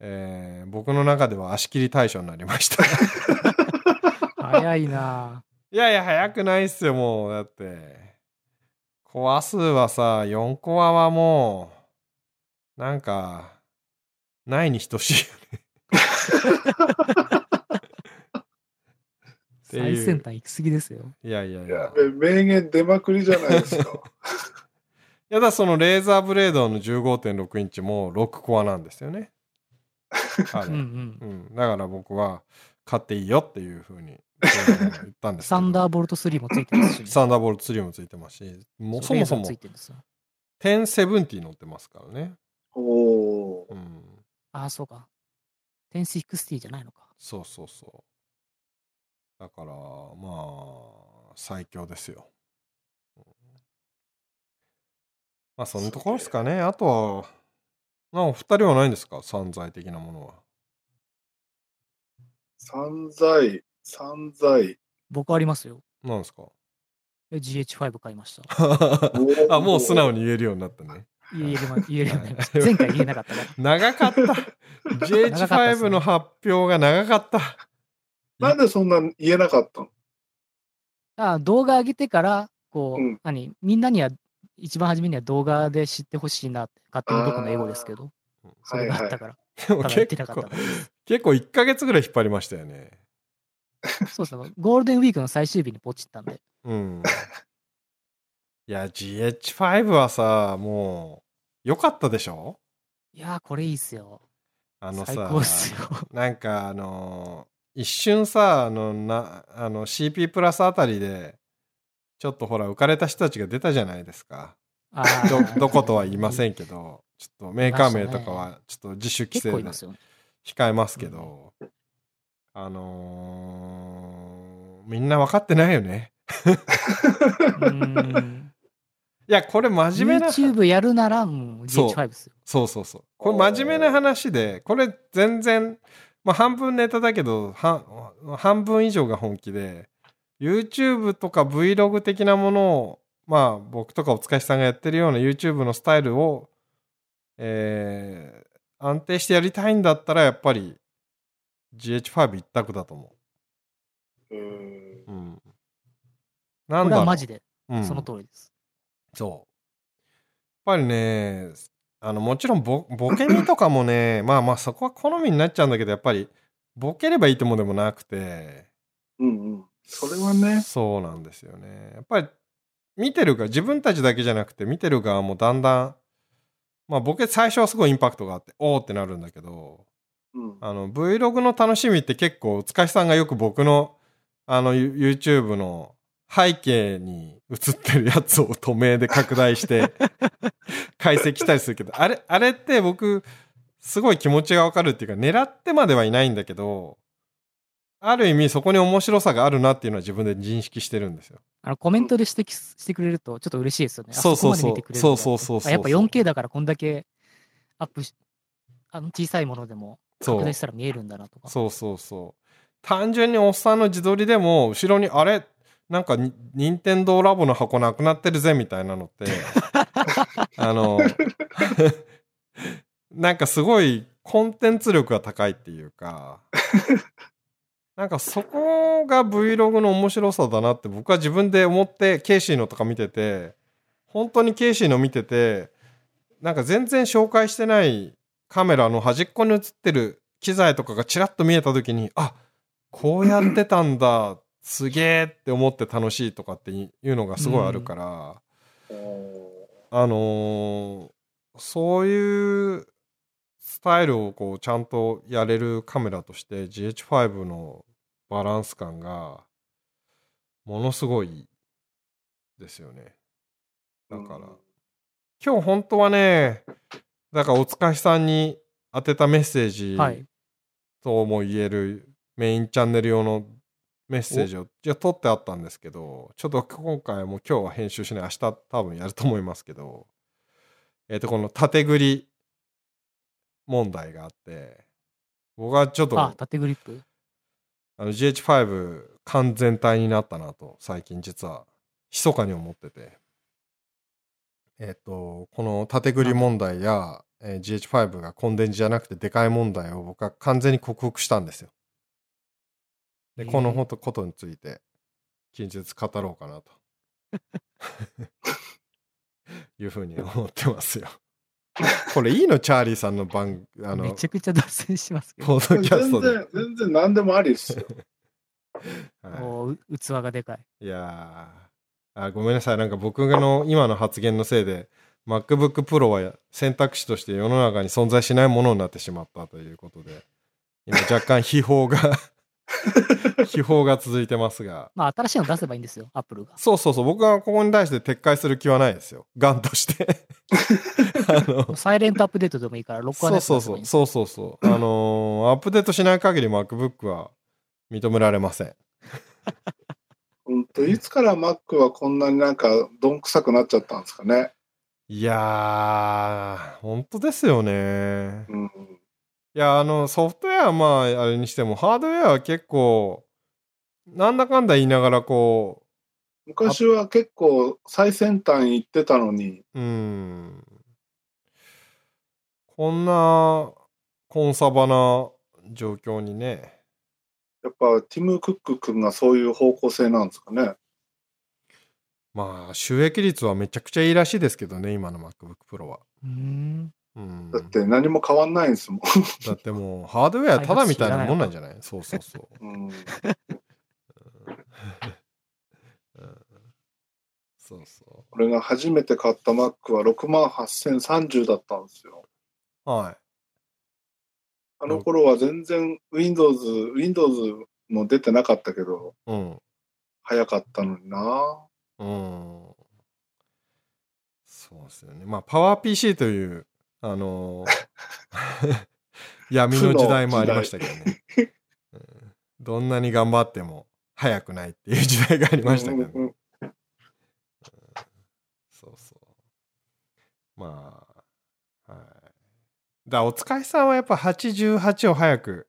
Speaker 3: えー僕の中では足切り対象になりま した。
Speaker 2: 早いな。
Speaker 3: いやいや、早くないっすよ、もう。だって。コア数はさ、4コアはもう、なんか、ないに等しいよね。てい
Speaker 2: 最
Speaker 3: う
Speaker 2: 先端行き過ぎですよ。
Speaker 3: いやいやい
Speaker 1: い
Speaker 3: や。
Speaker 1: や
Speaker 3: いや、、
Speaker 1: 名言出まくりじゃないですか。
Speaker 3: だからそのレーザーブレードの15.6インチも6コアなんですよ ね。あ
Speaker 2: うん
Speaker 3: れ
Speaker 2: うん。
Speaker 3: うん、だから僕は買っていいよっていうふうに言ったん ですけ
Speaker 2: サ
Speaker 3: ど
Speaker 2: ンダーボルト3もついてますし、
Speaker 3: サンダーボルト3もついてますしもうそもそ
Speaker 2: レー
Speaker 3: も
Speaker 2: ザーついてるんですよ。
Speaker 3: 1070乗ってますからね、
Speaker 1: おおー。
Speaker 3: うん、
Speaker 2: ああ、そうか。1060じゃないのか。
Speaker 3: そうそうそうだからまあ最強ですようんまあそんなところですかねあとはまあお二人はないんですか散財的なものは
Speaker 1: 散財、散財。
Speaker 2: 僕ありますよ。
Speaker 3: なんですか
Speaker 2: え GH5 買いました。
Speaker 3: あもう素直に言えるようになったね
Speaker 2: 言えるま言えるようになりました。
Speaker 3: は い
Speaker 2: 前回言えなかったから。
Speaker 3: 長かった
Speaker 2: 長かったっす
Speaker 3: GH5
Speaker 2: ね
Speaker 3: の発表が長かった。
Speaker 1: なんでそんな言えなかったの
Speaker 2: あ動画上げてから、こう、
Speaker 1: うん
Speaker 2: 何、みんなには、一番初めには動画で知ってほしいなって、勝手に僕の英語ですけど、そ
Speaker 1: はい
Speaker 2: れがあ
Speaker 1: は
Speaker 2: っ
Speaker 1: い
Speaker 2: た。から、
Speaker 3: でも
Speaker 2: ただ言って
Speaker 3: 結
Speaker 2: なかっただ、
Speaker 3: 構
Speaker 2: けです。
Speaker 3: 結構1ヶ月ぐらい引っ張りましたよね。
Speaker 2: そうそう、ゴールデンウィークの最終日にポチったんで、
Speaker 3: うん。いや、GH5 はさ、もう、良かったでしょ
Speaker 2: いやー、これいいっすよ。
Speaker 3: あの
Speaker 2: 最高っ
Speaker 3: さ
Speaker 2: す、よ。
Speaker 3: なんかあのー、一瞬さ、あの、な、あの、CP プラスあたりで、ちょっとほら、浮かれた人たちが出たじゃないですか。
Speaker 2: あー
Speaker 3: どどことは言いませんけ ど、ちょっとメーカー名とかはちょっと自主規
Speaker 2: 結
Speaker 3: 制
Speaker 2: 構
Speaker 3: で
Speaker 2: います よね。
Speaker 3: 控えますけど、あのーみんな分かってないよね。
Speaker 2: うーん。
Speaker 3: いや、これ真面目な、
Speaker 2: YouTube やるなら、もう
Speaker 3: そう
Speaker 2: GH5 っすよ。
Speaker 3: そうそうそう。これ真面目な話で、これ全然、まあ半分ネタだけど、は半分以上が本気で、YouTube とか Vlog 的なものを、まあ僕とかおつかしさんがやってるような YouTube のスタイルを、えー安定してやりたいんだったら、やっぱり GH5 一択だと思
Speaker 1: うーん
Speaker 3: う。うん。な
Speaker 2: こ
Speaker 3: ん
Speaker 2: れ
Speaker 3: だろ
Speaker 2: は
Speaker 3: う。
Speaker 2: マジで、
Speaker 3: うん
Speaker 2: その通りです。
Speaker 3: そう。やっぱりね、あのもちろんボボケみとかもね、まあまあそこは好みになっちゃうんだけど、やっぱりボケればいいってもんでもなくて、
Speaker 1: うんうん。それはね。
Speaker 3: そうなんですよね。やっぱり見てる側、自分たちだけじゃなくて、見てる側もだんだん、まあボケ最初はすごいインパクトがあって、おーってなるんだけど、
Speaker 1: うん。
Speaker 3: あの Vlog の楽しみって結構、つかしさんがよく僕のあの You- YouTube の背景に映ってるやつを透明で拡大して解析したりするけど、あれ、あれって僕、すごい気持ちがわかるっていうか、狙ってまではいないんだけど、ある意味そこに面白さがあるなっていうのは自分で認識してるんですよ。
Speaker 2: あのコメントで指摘すしてくれると、ちょっと嬉しいですよね。あ
Speaker 3: そうそう
Speaker 2: こまで
Speaker 3: そう
Speaker 2: 見てくれるんだって
Speaker 3: そうそうそうそう
Speaker 2: あやっぱ 4K だからこんだけアップし、あの小さいものでも
Speaker 3: そう
Speaker 2: 拡大したら見えるんだなとか。
Speaker 3: そうそうそう。単純におっさんの自撮りでも、後ろにあれなんかに、任天堂ラボの箱なくなってるぜみたいなの って、あの、 なんかすごいコンテンツ力が高いっていうか、なんかそこが Vlog の面白さだなって僕は自分で思って、ケイシーのとか見てて、本当にケイシーの見てて、なんか全然紹介してないカメラの端っこに映ってる機材とかがちらっと見えた時にあこうやってたんだすげえって思って楽しいとかっていうのがすごいあるから、あのーそういうスタイルをこうちゃんとやれるカメラとして GH5 のバランス感がものすごいですよねだから、今日本当はねだからおつかしさんに当てたメッセージ、
Speaker 2: はい。
Speaker 3: とも言えるメインチャンネル用のメッセージをじゃあ取ってあったんですけどちょっと今回はもう今日は編集しない明日多分やると思いますけどえっ、とこの縦繰り問題があって僕はちょっと
Speaker 2: あ
Speaker 3: あ、
Speaker 2: 縦グリップ。
Speaker 3: の GH5 完全体になったなと最近実は密かに思っててえっ、とこの縦繰り問題や、えー GH5 がコンデンジじゃなくてでかい問題を僕は完全に克服したんですよで、この
Speaker 2: えー
Speaker 3: ことことについて、近日語ろうかなと。いうふうに思ってますよ。これいいのチャーリーさんの番、あ
Speaker 2: め
Speaker 3: の、
Speaker 2: ちゃくちゃ脱線しますけど。
Speaker 3: ポッドキャス
Speaker 1: 全
Speaker 3: トで。
Speaker 1: 然、全然何でもありですよ。
Speaker 3: は
Speaker 2: もうう器がでかい。
Speaker 3: い、いやーあ、ごめんなさい。なんか僕の今の発言のせいで、MacBook Pro は選択肢として世の中に存在しないものになってしまったということで、今若干批評が、 批評が続いてますが。
Speaker 2: まあ、新しいの出せばいいんですよ、アップルが。
Speaker 3: そうそうそう、僕はここに対して撤回する気はないですよ。ガンとして。 あの、
Speaker 2: サイレントアップデートでもいいから、ロックア
Speaker 3: そ
Speaker 2: ネ
Speaker 3: う
Speaker 2: ット
Speaker 3: そう
Speaker 2: 出せば
Speaker 3: そ
Speaker 2: いいん
Speaker 3: う、
Speaker 2: です
Speaker 3: そうそうそう。あのーアップデートしない限り MacBook は認められません。
Speaker 1: 本当いつから Mac はこんなになんかどんくさくなっちゃったんですかね。
Speaker 3: いやー、本当ですよね。
Speaker 1: うん。
Speaker 3: いや、あの、ソフトウェアはまあ、あれにしても、ハードウェアは結構、なんだかんだ言いながらこ
Speaker 1: 昔は結構最先端行ってたのに、
Speaker 3: う、うん、こんなコンサバな状況にね、
Speaker 1: やっぱティム・クック君がそういう方向性なんですかね。
Speaker 3: まあ、収益率はめちゃくちゃいいらしいですけどね、今の MacBook Pro は。
Speaker 2: うーん。
Speaker 3: うん、
Speaker 1: だって何も変わんないんです もん。
Speaker 3: だってもう、ハードウェアただみたいなもんなんじゃないそうそ うそう。
Speaker 1: うん、
Speaker 3: うんそうそ
Speaker 1: 俺が初めて買った Mac は6万8030だったんですよ。
Speaker 3: う。はい。
Speaker 1: あの頃は全然 Windows、Windows も出てなかったけど、
Speaker 3: うん。
Speaker 1: 早かったのにな。
Speaker 3: うん。そうですよね。まあ、パワー PC という、あの ー闇の時代もありましたけどね。うんどんなに頑張っても早くないっていう時代がありましたけどね。
Speaker 1: うん
Speaker 3: そうそう。まあ、はい。だからお使いさんはやっぱ88を早く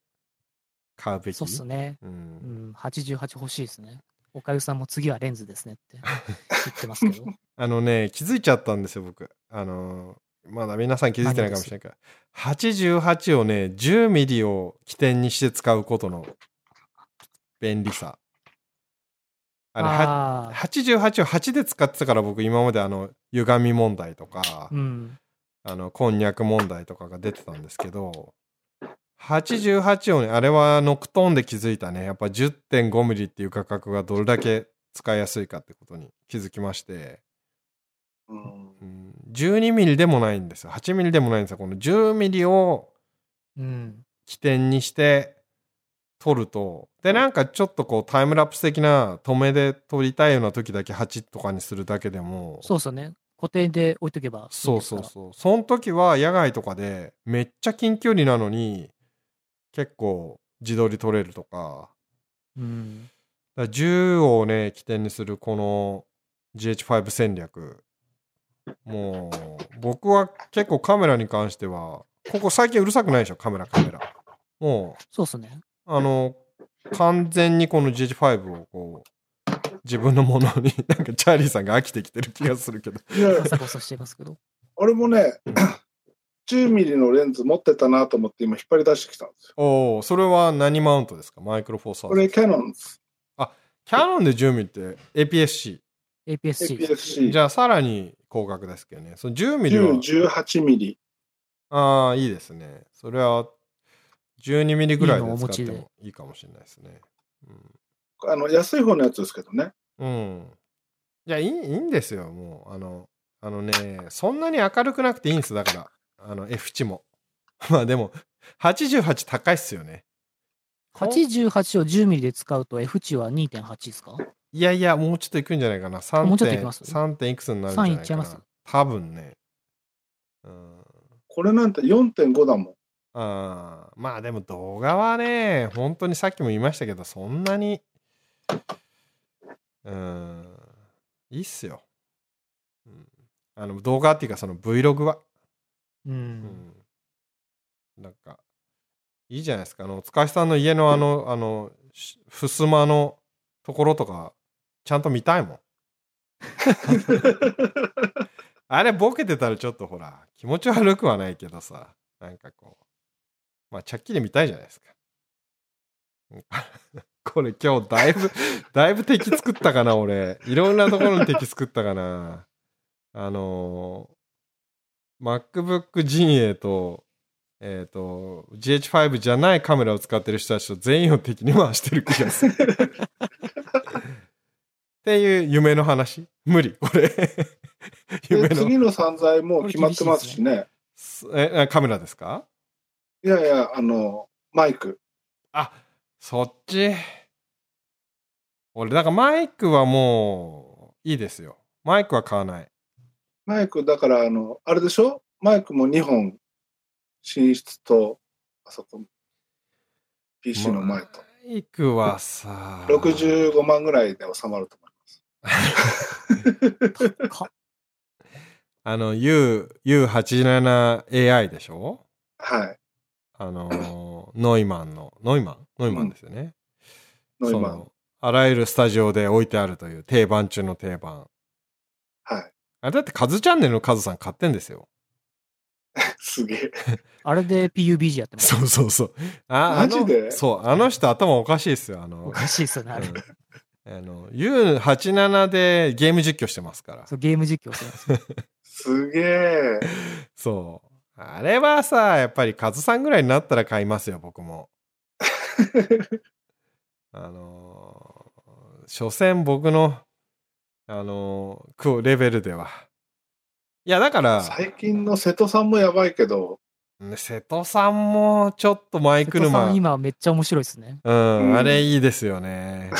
Speaker 3: 買うべき。
Speaker 2: そうっすね。
Speaker 3: う。
Speaker 2: うんん、88欲しいですね。おかゆさんも次はレンズですねって言ってますけど。
Speaker 3: あのね、気づいちゃったんですよ、僕。あのー、まだ皆さん気づいてないかもしれないから。88をね、10ミリを起点にして使うことの便利さ。 あれ、は
Speaker 2: ああ、
Speaker 3: 88を8で使ってたから僕今まであの、歪み問題とか、
Speaker 2: うん。
Speaker 3: あのこんにゃく問題とかが出てたんですけど88をねあれはノクトーンで気づいたねやっぱ 10.5mm っていう価格がどれだけ使いやすいかってことに気づきまして、
Speaker 1: うん
Speaker 3: うん、12mm でもないんですよ 8mm でもないんですよこの 10mm を
Speaker 2: うん。
Speaker 3: 起点にして撮るとでなんかちょっとこうタイムラプス的な止めで撮りたいような時だけ8とかにするだけでも
Speaker 2: そうっすよね。固定で置いとけばいいですか
Speaker 3: そ
Speaker 2: ら。
Speaker 3: うそうそう。その時は野外とかでめっちゃ近距離なのに結構自撮り撮れるとか。
Speaker 2: うん。
Speaker 3: だから銃をね、起点にするこの GH5 戦略。もう僕は結構カメラに関しては、ここ最近うるさくないでしょ、カメラカメラ。もう、
Speaker 2: そうっすね。
Speaker 3: あの、完全にこの GH5 をこう、自分のものに、 なんかチャーリーさんが飽きてきてる気がするけど。
Speaker 1: いや
Speaker 2: カサカサしてますけ ど。
Speaker 1: 俺もね、10ミリのレンズ持ってたなと思って今引っ張り出してきたんですよ。
Speaker 3: おお、それは何マウントですかマイクロフォーサー
Speaker 1: こ
Speaker 3: ズ
Speaker 1: れキャノンです。
Speaker 3: キャノンで10ミリって APS-C。
Speaker 2: APS-C。
Speaker 1: APS-C。
Speaker 3: じゃあさらに高額ですけどね。その10ミリは、
Speaker 1: 10、18ミリ。
Speaker 3: ああ、いいですね。それは12ミリぐらい
Speaker 2: いいのをお
Speaker 3: で
Speaker 2: 持
Speaker 3: 使
Speaker 2: ち
Speaker 3: って
Speaker 2: で
Speaker 3: もいいかもしれないですね。
Speaker 1: あの、安い方のやつですけどね。
Speaker 3: うん。うん、いやいい、いいんですよ、もう。あの、あのね、そんなに明るくなくていいんです、だから。あの、F 値も。 まあでも、88高いっすよね。
Speaker 2: 88を10ミリで使うと F 値は2.8ですか
Speaker 3: いやいや、もうちょっといくんじゃないかな。3
Speaker 2: もうちょっといきます
Speaker 3: ?3 点いくつになるんじゃない
Speaker 2: 3いっち
Speaker 3: か
Speaker 2: ゃい
Speaker 3: な。
Speaker 2: ます
Speaker 3: 多分ね。うん。
Speaker 1: これなんて4.5だ もん。
Speaker 3: あーまあでも動画はね、本当にさっきも言いましたけど、そんなに、うん、いいっすよ。うん、あの動画っていうか、その Vlog は、
Speaker 2: う。
Speaker 3: うんん。なんか、いいじゃないですか。あの、塚地さんの家のあの、あの、し襖のところとか、ちゃんと見たいもん。あれボケてたらちょっとほら、気持ち悪くはないけどさ、なんかこう、まあ、ちゃっきり見たいじゃないですか。 これ今日だいぶ、だいぶ敵作ったかな、俺。いろんなところに敵作ったかな。あのー MacBook 陣営と、えっ、と、GH5 じゃないカメラを使ってる人たちと全員を敵に回してる気がする。っていう夢の話。無理、これ。夢
Speaker 1: で、
Speaker 3: の
Speaker 1: 次の散財もう決まってますしね。
Speaker 3: すえあカメラですか
Speaker 1: いやいや、あの、マイク。
Speaker 3: あそっち俺だからマイクはもういいですよマイクは買わない
Speaker 1: マイク、だから、あの、あれでしょマイクも2本、寝室と、あそこ、PC の前と。
Speaker 3: マイクはさ
Speaker 1: 65万ぐらいで収まると思います。
Speaker 2: か
Speaker 3: あの U U87AI でしょ
Speaker 1: はい。
Speaker 3: あのーノイマンのノイマンノイマンですよね、
Speaker 1: ノイ
Speaker 3: そ
Speaker 1: マン。
Speaker 3: のあらゆるスタジオで置いてあるという定番中の定番
Speaker 1: はい。
Speaker 3: あれだってカズチャンネルのカズさん買ってんですよ
Speaker 1: すげえ。
Speaker 2: あれで PUBG やってます。
Speaker 3: そうそうそう。ああの
Speaker 1: マジで
Speaker 3: そう、あの人頭おかしいですよ。あ
Speaker 2: お
Speaker 3: の、
Speaker 2: かしいっすよね、あれ。
Speaker 3: うん あの U87 でゲーム実況してますから。
Speaker 2: そうゲーム実況して ます。
Speaker 1: すげえ。
Speaker 3: そう。あれはさ、やっぱりカズさんぐらいになったら買いますよ、僕も。あのー、所詮僕の、あのークオ、レベルでは。いや、だから、
Speaker 1: 最近の瀬戸さんもやばいけど、
Speaker 3: ね瀬戸さんもちょっとマイ
Speaker 2: 瀬戸さ
Speaker 3: 車、
Speaker 2: ん
Speaker 3: うん、
Speaker 2: 今めっちゃ面白いっすね。
Speaker 1: うん
Speaker 3: あれいいです よね。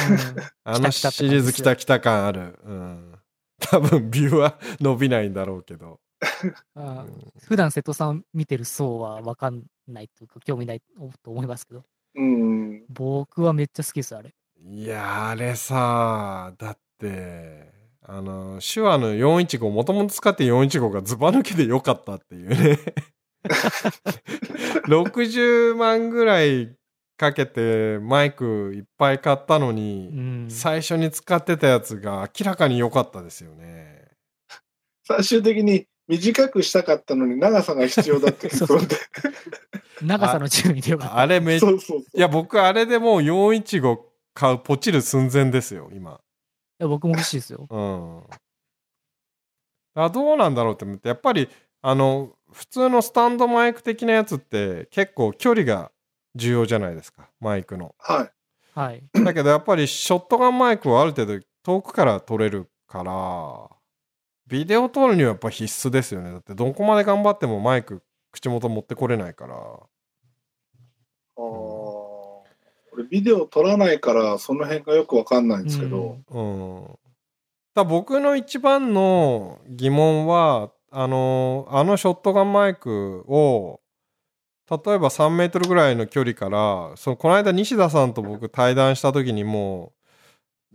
Speaker 3: あの
Speaker 2: 来た来たって感
Speaker 3: シ
Speaker 2: じ
Speaker 3: リ
Speaker 2: で
Speaker 3: ー
Speaker 2: す
Speaker 3: ズ
Speaker 2: よ
Speaker 3: 来た来た感ある。うん。多分ビューは伸びないんだろうけど。
Speaker 2: う
Speaker 3: うん
Speaker 2: あー
Speaker 3: ん
Speaker 2: 普段瀬戸さん見てる層は分かんないというか、興味ないと思いますけど、
Speaker 1: うん、
Speaker 2: 僕はめっちゃ好きです、あれ。
Speaker 3: いやーあれさだってあの手話の415もともと使って415がズバ抜けでよかったっていうね60万ぐらいかけてマイクいっぱい買ったの
Speaker 2: う
Speaker 3: に、
Speaker 2: ん。
Speaker 3: 最初に使ってたやつが明らかに良かったですよね
Speaker 1: 最終的に短くしたかったのに長さが必要だって結論で。
Speaker 2: 長さの注意でよかった。
Speaker 3: あれめっち ゃ
Speaker 1: そうそうそう。
Speaker 3: いや僕あれでもう415買うポチる寸前ですよ今
Speaker 2: いや僕も欲しいですよ。
Speaker 3: うん。あどうなんだろうって思って、やっぱり、あの、普通のスタンドマイク的なやつって結構距離が重要じゃないですか、マイクの。
Speaker 1: はい。
Speaker 2: はい。
Speaker 3: だけどやっぱりショットガンマイクはある程度遠くから撮れるから、ビデオ撮るにはやっぱ必須ですよね。だってどこまで頑張ってもマイク口元持ってこれないから。
Speaker 1: あー俺ビデオ撮らないからその辺がよくわかんないんですけど、
Speaker 3: うん。だ僕の一番の疑問は、あの、あのショットガンマイクを、例えば3メートルぐらいの距離から、そのこの間西田さんと僕対談した時にも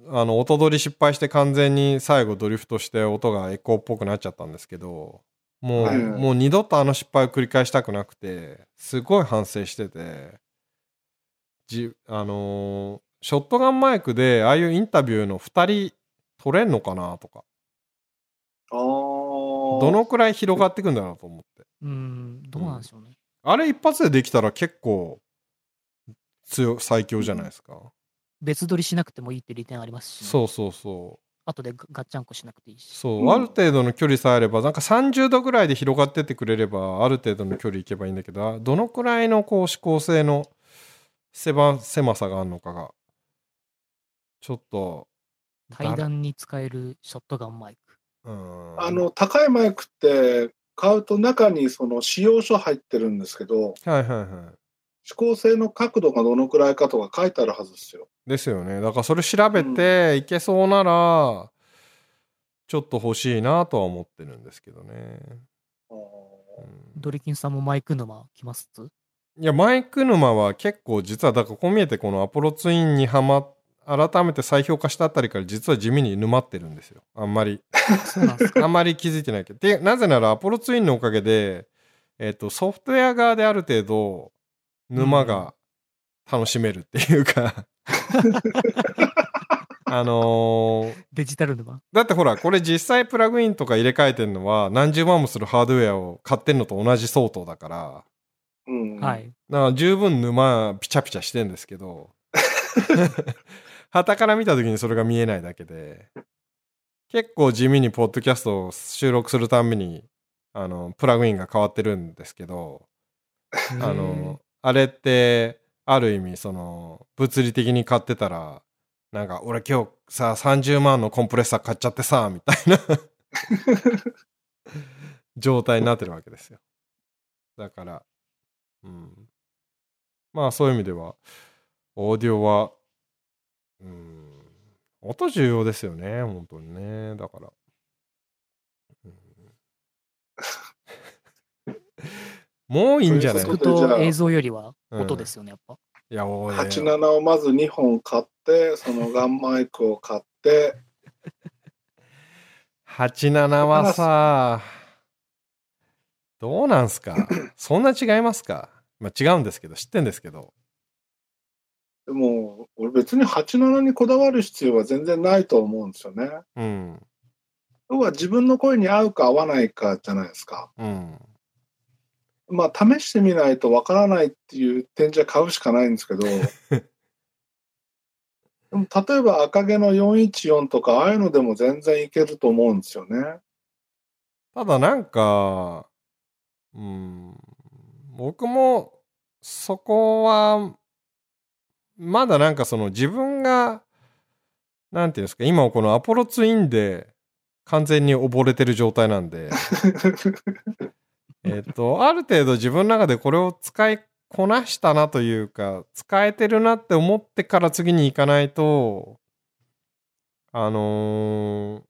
Speaker 3: う、あの、音取り失敗して完全に最後ドリフトして音がエコーっぽくなっちゃったんですけど、もう、
Speaker 1: はい
Speaker 3: もう二度とあの失敗を繰り返したくなくて、すごい反省してて、じあのーショットガンマイクでああいうインタビューの2人取れんのかなとか
Speaker 1: ああ
Speaker 3: どのくらい広がっていくんだろうと思って
Speaker 2: うん、どうなんでしょうね。
Speaker 3: あれ一発でできたら結構強最強じゃないですか、
Speaker 2: 別撮りしなくてもいいって利点ありますし、
Speaker 3: そうそうそう
Speaker 2: 後でガガッチャンコしなくていいし。
Speaker 3: そう、
Speaker 1: うん
Speaker 3: ある程度の距離さえあればなんか30度ぐらいで広がってってくれればある程度の距離いけばいいんだけどあどのくらいのこう指向性の狭狭さがあるのかがちょっと
Speaker 2: 対談に使えるショットガンマイク。
Speaker 3: うん
Speaker 1: あの高いマイクって買うと中にその使用書入ってるんですけど
Speaker 3: はいはいはい
Speaker 1: 指向性の角度がどのくらいかとか書いてあるはずですよ。
Speaker 3: ですよねだからそれ調べていけそうなら、ちょっと欲しいなとは思ってるんですけどね、
Speaker 1: あ
Speaker 3: う
Speaker 1: ー
Speaker 3: ん
Speaker 2: ドリキンさんもマイク沼来ますつ
Speaker 3: いやマイク沼は結構実はだからこう見えてこのアポロツインにはま改めて再評価したあたりから実は地味に沼ってるんですよあんまり
Speaker 2: そうなんですか。
Speaker 3: あんまり気づいてないけどでなぜならアポロツインのおかげで、えっとソフトウェア側である程度沼が楽しめるっていうか、あのー
Speaker 2: デジタル沼。
Speaker 3: だってほら、これ実際プラグインとか入れ替えてんのは何十万もするハードウェアを買ってんのと同じ相当だから、
Speaker 1: うん
Speaker 2: はい。
Speaker 3: だから十分沼ピチャピチャしてんですけど、旗から見た時にそれが見えないだけで、結構地味にポッドキャストを収録するたんびに、あの、プラグインが変わってるんですけど、あの、あれって、ある意味、その、物理的に買ってたら、なんか、俺今日さ、30万のコンプレッサー買っちゃってさ、みたいな、状態になってるわけですよ。だから、うん。まあ、そういう意味では、オーディオは、うん、音重要ですよね、本当にね。だから。うんもういいんじゃ
Speaker 2: へ
Speaker 3: な
Speaker 2: ー
Speaker 3: い
Speaker 1: そ
Speaker 2: 聞
Speaker 1: ういう
Speaker 2: く
Speaker 1: ことでじゃあ
Speaker 2: と映像よりは
Speaker 3: うん
Speaker 2: 音ですよね、やっぱ。
Speaker 3: いや、おい
Speaker 1: 87をまず2本買ってそのガンマイクを買って
Speaker 3: 87はさ、どうなんすかそんな違いますかまあ違うんですけど、知ってんですけど。
Speaker 1: でも俺別に87にこだわる必要は全然ないと思うんですよね。
Speaker 3: うん、
Speaker 1: 要は自分の声に合うか合わないかじゃないですか。
Speaker 3: うん、
Speaker 1: まあ試してみないとわからないっていう点じゃ買うしかないんです けどでも例えば赤毛の414とかああいうのでも全然いけると思うんですよね。
Speaker 3: ただなんか、うん、僕もそこは、まだなんかその自分が、なんていうんですか、今このアポロツインで完全に溺れてる状態なんで、えっと、ある程度自分の中でこれを使いこなしたなというか、使えてるなって思ってから次に行かないと、あのーう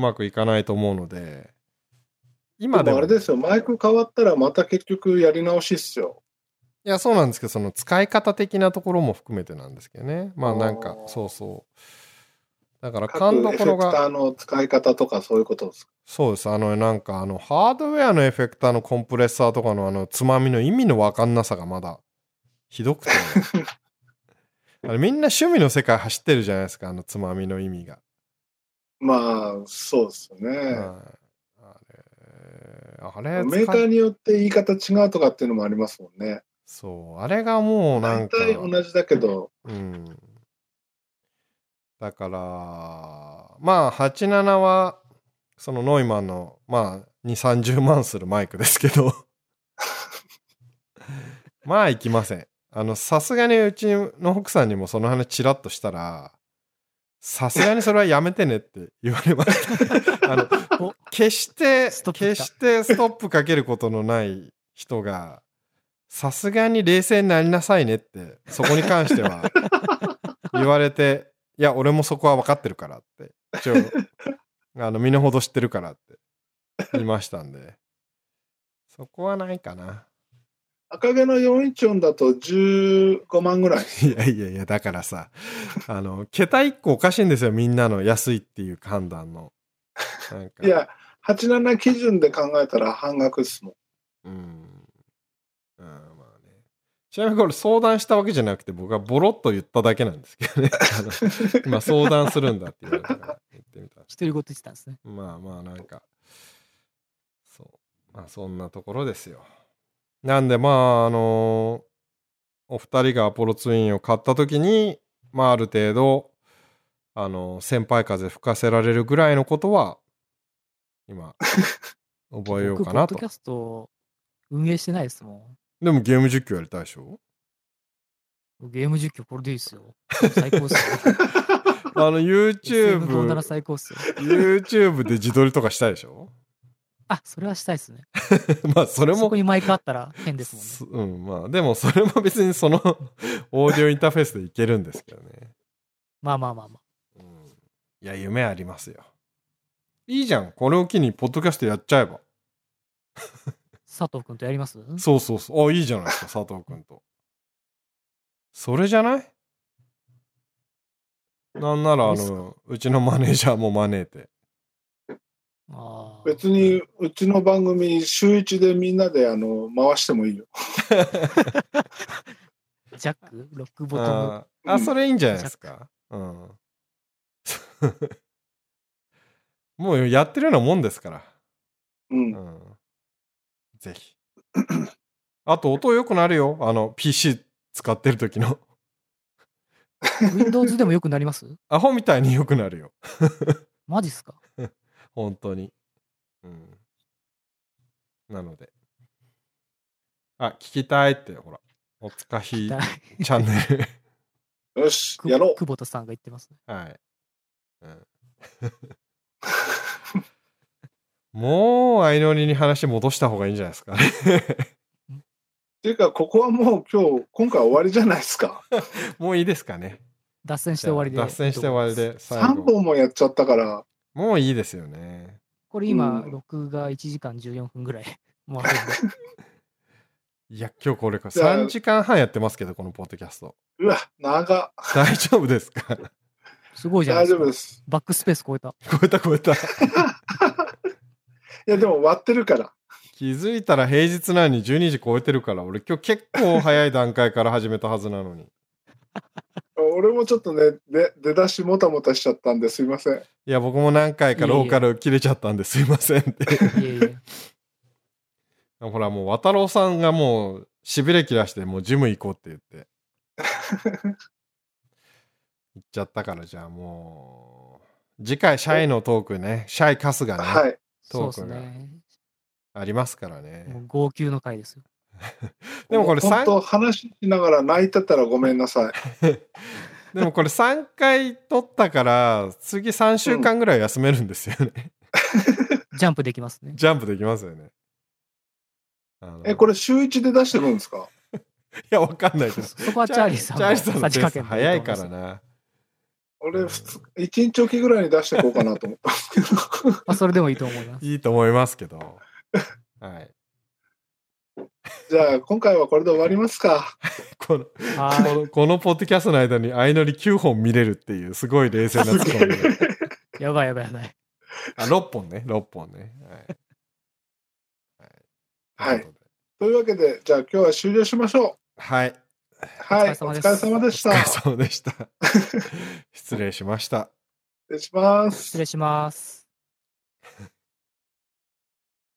Speaker 3: まくいかないと思うので、
Speaker 1: で
Speaker 3: 今で
Speaker 1: も
Speaker 3: も
Speaker 1: あれですよマイク変わったらまた結局やり直しっすよ。
Speaker 3: いや、そうなんですけど、その使い方的なところも含めてなんですけどね。まあなんか
Speaker 1: あ、ー
Speaker 3: そうそう。だから、
Speaker 1: 各エフ
Speaker 3: 勘ど
Speaker 1: ェクタ
Speaker 3: ころが、
Speaker 1: ーの使い方とかそういうことです。
Speaker 3: そうです。あの、なんか、あの、ハードウェアのエフェクターのコンプレッサーとかの、あの、つまみの意味のわかんなさがまだ、ひどくて。あれみんな趣味の世界走ってるじゃないですか、あの、つまみの意味が。
Speaker 1: まあそうですよね。
Speaker 3: はいあれ、あれ、
Speaker 1: メーカーによって言い方違うとかっていうのもありますもんね。
Speaker 3: そう、あれがもうなん
Speaker 1: 大
Speaker 3: か。
Speaker 1: 体同じだけど、
Speaker 3: うん。だから、まあ、87は、そのノイマンの、まあ、2、30万するマイク ですけど、まあ、いきません。あの、さすがにうちの奥さんにもその話ちらっとしたら、さすがにそれはやめてねって言われ ました。あの、
Speaker 2: お
Speaker 3: 決して、
Speaker 2: ストップ
Speaker 3: 決
Speaker 2: 来た
Speaker 3: してストップかけることのない人が、さすがに冷静になりなさいねって、そこに関し ては言われて、いや、俺もそこは分かってるからって、一応、あの、身の程知ってるから って言いましたんで、そこはないかな。
Speaker 1: 赤毛の414だと15万ぐらい。
Speaker 3: いやいやいや、だから さ、あの、桁一個おかしいんですよ、みんなの安いっていう判断の。なんか
Speaker 1: いや、87基準で考えたら半額っすもん。
Speaker 3: うん。うん、まあね。ちなみにこれ相談したわけじゃなくて、僕はボロッと言っただけなんですけどね。あの今相談するんだって言われたから言ってみた。
Speaker 2: 独り言言ってたんですね。
Speaker 3: まあまあなんか、そう。まあそんなところですよ。なんでまああのお二人がアポロツインを買った時に、まあある程度、あの先輩風吹かせられるぐらいのことは、今、覚えよ
Speaker 2: 僕、
Speaker 3: う
Speaker 2: ポ
Speaker 3: か
Speaker 2: ッ
Speaker 3: な
Speaker 2: ド
Speaker 3: と
Speaker 2: キ。ャスト運営してないですも
Speaker 3: でもゲーム実況やりたいでしょ
Speaker 2: ん。ゲーム実況これでいいですよ。最高っすよ。
Speaker 3: あの
Speaker 2: SM と女
Speaker 3: YouTube
Speaker 2: ら、最高っすよ。
Speaker 3: YouTube で自撮りとかしたいでしょ
Speaker 2: あ、それはしたいですね。
Speaker 3: まあそれ
Speaker 2: そ
Speaker 3: も
Speaker 2: こにマイクあったら変ですも んね。
Speaker 3: すうん、まあでもそれも別にその オーディオインターフェースでいけるんですけどね。
Speaker 2: まあまあまあまあ。
Speaker 3: うん、いや、夢ありますよ。いいじゃん。これを機にポッドキャストやっちゃえば。
Speaker 2: 佐藤君とやります
Speaker 3: そうそうそう。あ、いいじゃないですか、佐藤くんと。それじゃないなんなら、あ
Speaker 2: いいっす
Speaker 3: の、うちのマネージャーも招いて。
Speaker 2: ああ。
Speaker 1: 別にうちの番組週一でみんなであの回してもいいよ。
Speaker 2: ジャックロックボトム。
Speaker 3: あーあ、
Speaker 1: うん
Speaker 3: それいいんじゃないですか。うん。 もうやってるようなもんですから。
Speaker 1: う。
Speaker 3: うんん。ぜひ。あと、音良くなるよ。あの、PC 使ってる時の。
Speaker 2: Windows でもよくなります
Speaker 3: アホみたいに良くなるよ。
Speaker 2: マジっすか
Speaker 3: 本当に。うん。なので。あ、聞きたいって、ほら。おつかひチ
Speaker 2: だ
Speaker 3: ャンネル。
Speaker 1: よし、
Speaker 2: く
Speaker 1: やろ
Speaker 2: 久保田さんが言ってますね。
Speaker 3: はい。うん、 もう、相乗りに話戻した方がいいんじゃないですかね。
Speaker 1: う。っていうか、ここはもう今日、今回終わりじゃないですか。
Speaker 3: もういいですかね。
Speaker 2: 脱線して終わりで。
Speaker 3: 脱線して終わり。で、最
Speaker 1: 3
Speaker 3: 後。
Speaker 1: 本もやっちゃった から、
Speaker 3: もういいですよね。
Speaker 2: これ今
Speaker 1: う、ん
Speaker 2: 録画1時間14分ぐらい。もうあるんで
Speaker 3: いや、今日これか。
Speaker 1: じゃあ
Speaker 3: 3時間半やってますけど、このポッドキャスト。
Speaker 1: うわ、長っ
Speaker 3: 大丈夫ですか
Speaker 2: すごいじゃない
Speaker 1: 大
Speaker 2: です
Speaker 1: 丈
Speaker 2: か。
Speaker 1: 夫です。
Speaker 2: バックスペース 超えた。
Speaker 3: 超えた超えた。
Speaker 1: いや、でも割ってるから。
Speaker 3: 気づいたら平日なのに12時超えてるから、俺今日結構早い段階から始めたはずなのに。
Speaker 1: 俺もちょっとね、で出だしもたもたしちゃったんですいません。
Speaker 3: いや、僕も何回かローカル切れちゃったんですいませんって。
Speaker 2: いえいえ。
Speaker 3: ほら、もう、渡郎さんがもう、しびれ切らして、もう、ジム行こうって言って。 行っちゃったから、じゃあもう、次回、シャイのトークね、シャイ春日ね、
Speaker 1: はい。
Speaker 2: そうで
Speaker 3: ト
Speaker 2: す
Speaker 3: ークが
Speaker 2: ね。
Speaker 3: ありますから
Speaker 2: も
Speaker 3: ね
Speaker 2: う。号泣の回ですよ。
Speaker 3: でもこれ
Speaker 1: 本
Speaker 3: 三
Speaker 1: 当話しながら泣いてたらごめんなさい。
Speaker 3: でもこれ3回取ったから、次3週間ぐらい休めるんですよね。
Speaker 2: ジャンプできますね。
Speaker 3: ジャンプできますよね。あの
Speaker 1: え、これ週一で出してくるんですか
Speaker 3: いや、わかんないけ
Speaker 2: そ
Speaker 3: ど。
Speaker 2: そこはチャーリーさん
Speaker 3: チャーリーさんのペ
Speaker 2: さじ加
Speaker 3: ース
Speaker 2: 減
Speaker 3: 早いから
Speaker 2: ま
Speaker 3: な。
Speaker 1: 俺、ふつ一日おきぐらいに出していこうかなと思ったんですけど。
Speaker 2: あ、それでもいいと思います。
Speaker 3: いいと思いますけど。はい。
Speaker 1: じゃあ、今回はこれで終わりますか。
Speaker 3: この、こ
Speaker 2: は
Speaker 3: のこのポッドキャストの間に相乗り9本見れるっていう、すごい冷静なツッコミで。
Speaker 2: い。やばいやばいやばい。
Speaker 3: あ、6本ね、6本ね。はい。
Speaker 1: はい。というわけで、じゃあ今日は終了しましょ
Speaker 3: はい。
Speaker 1: う。はい。お
Speaker 2: お疲
Speaker 1: 疲
Speaker 2: れ様です
Speaker 1: れ様でし
Speaker 3: お
Speaker 1: た。
Speaker 3: 疲
Speaker 1: 失
Speaker 3: れ様でした。失礼しました。
Speaker 1: 礼します。
Speaker 2: 失礼します。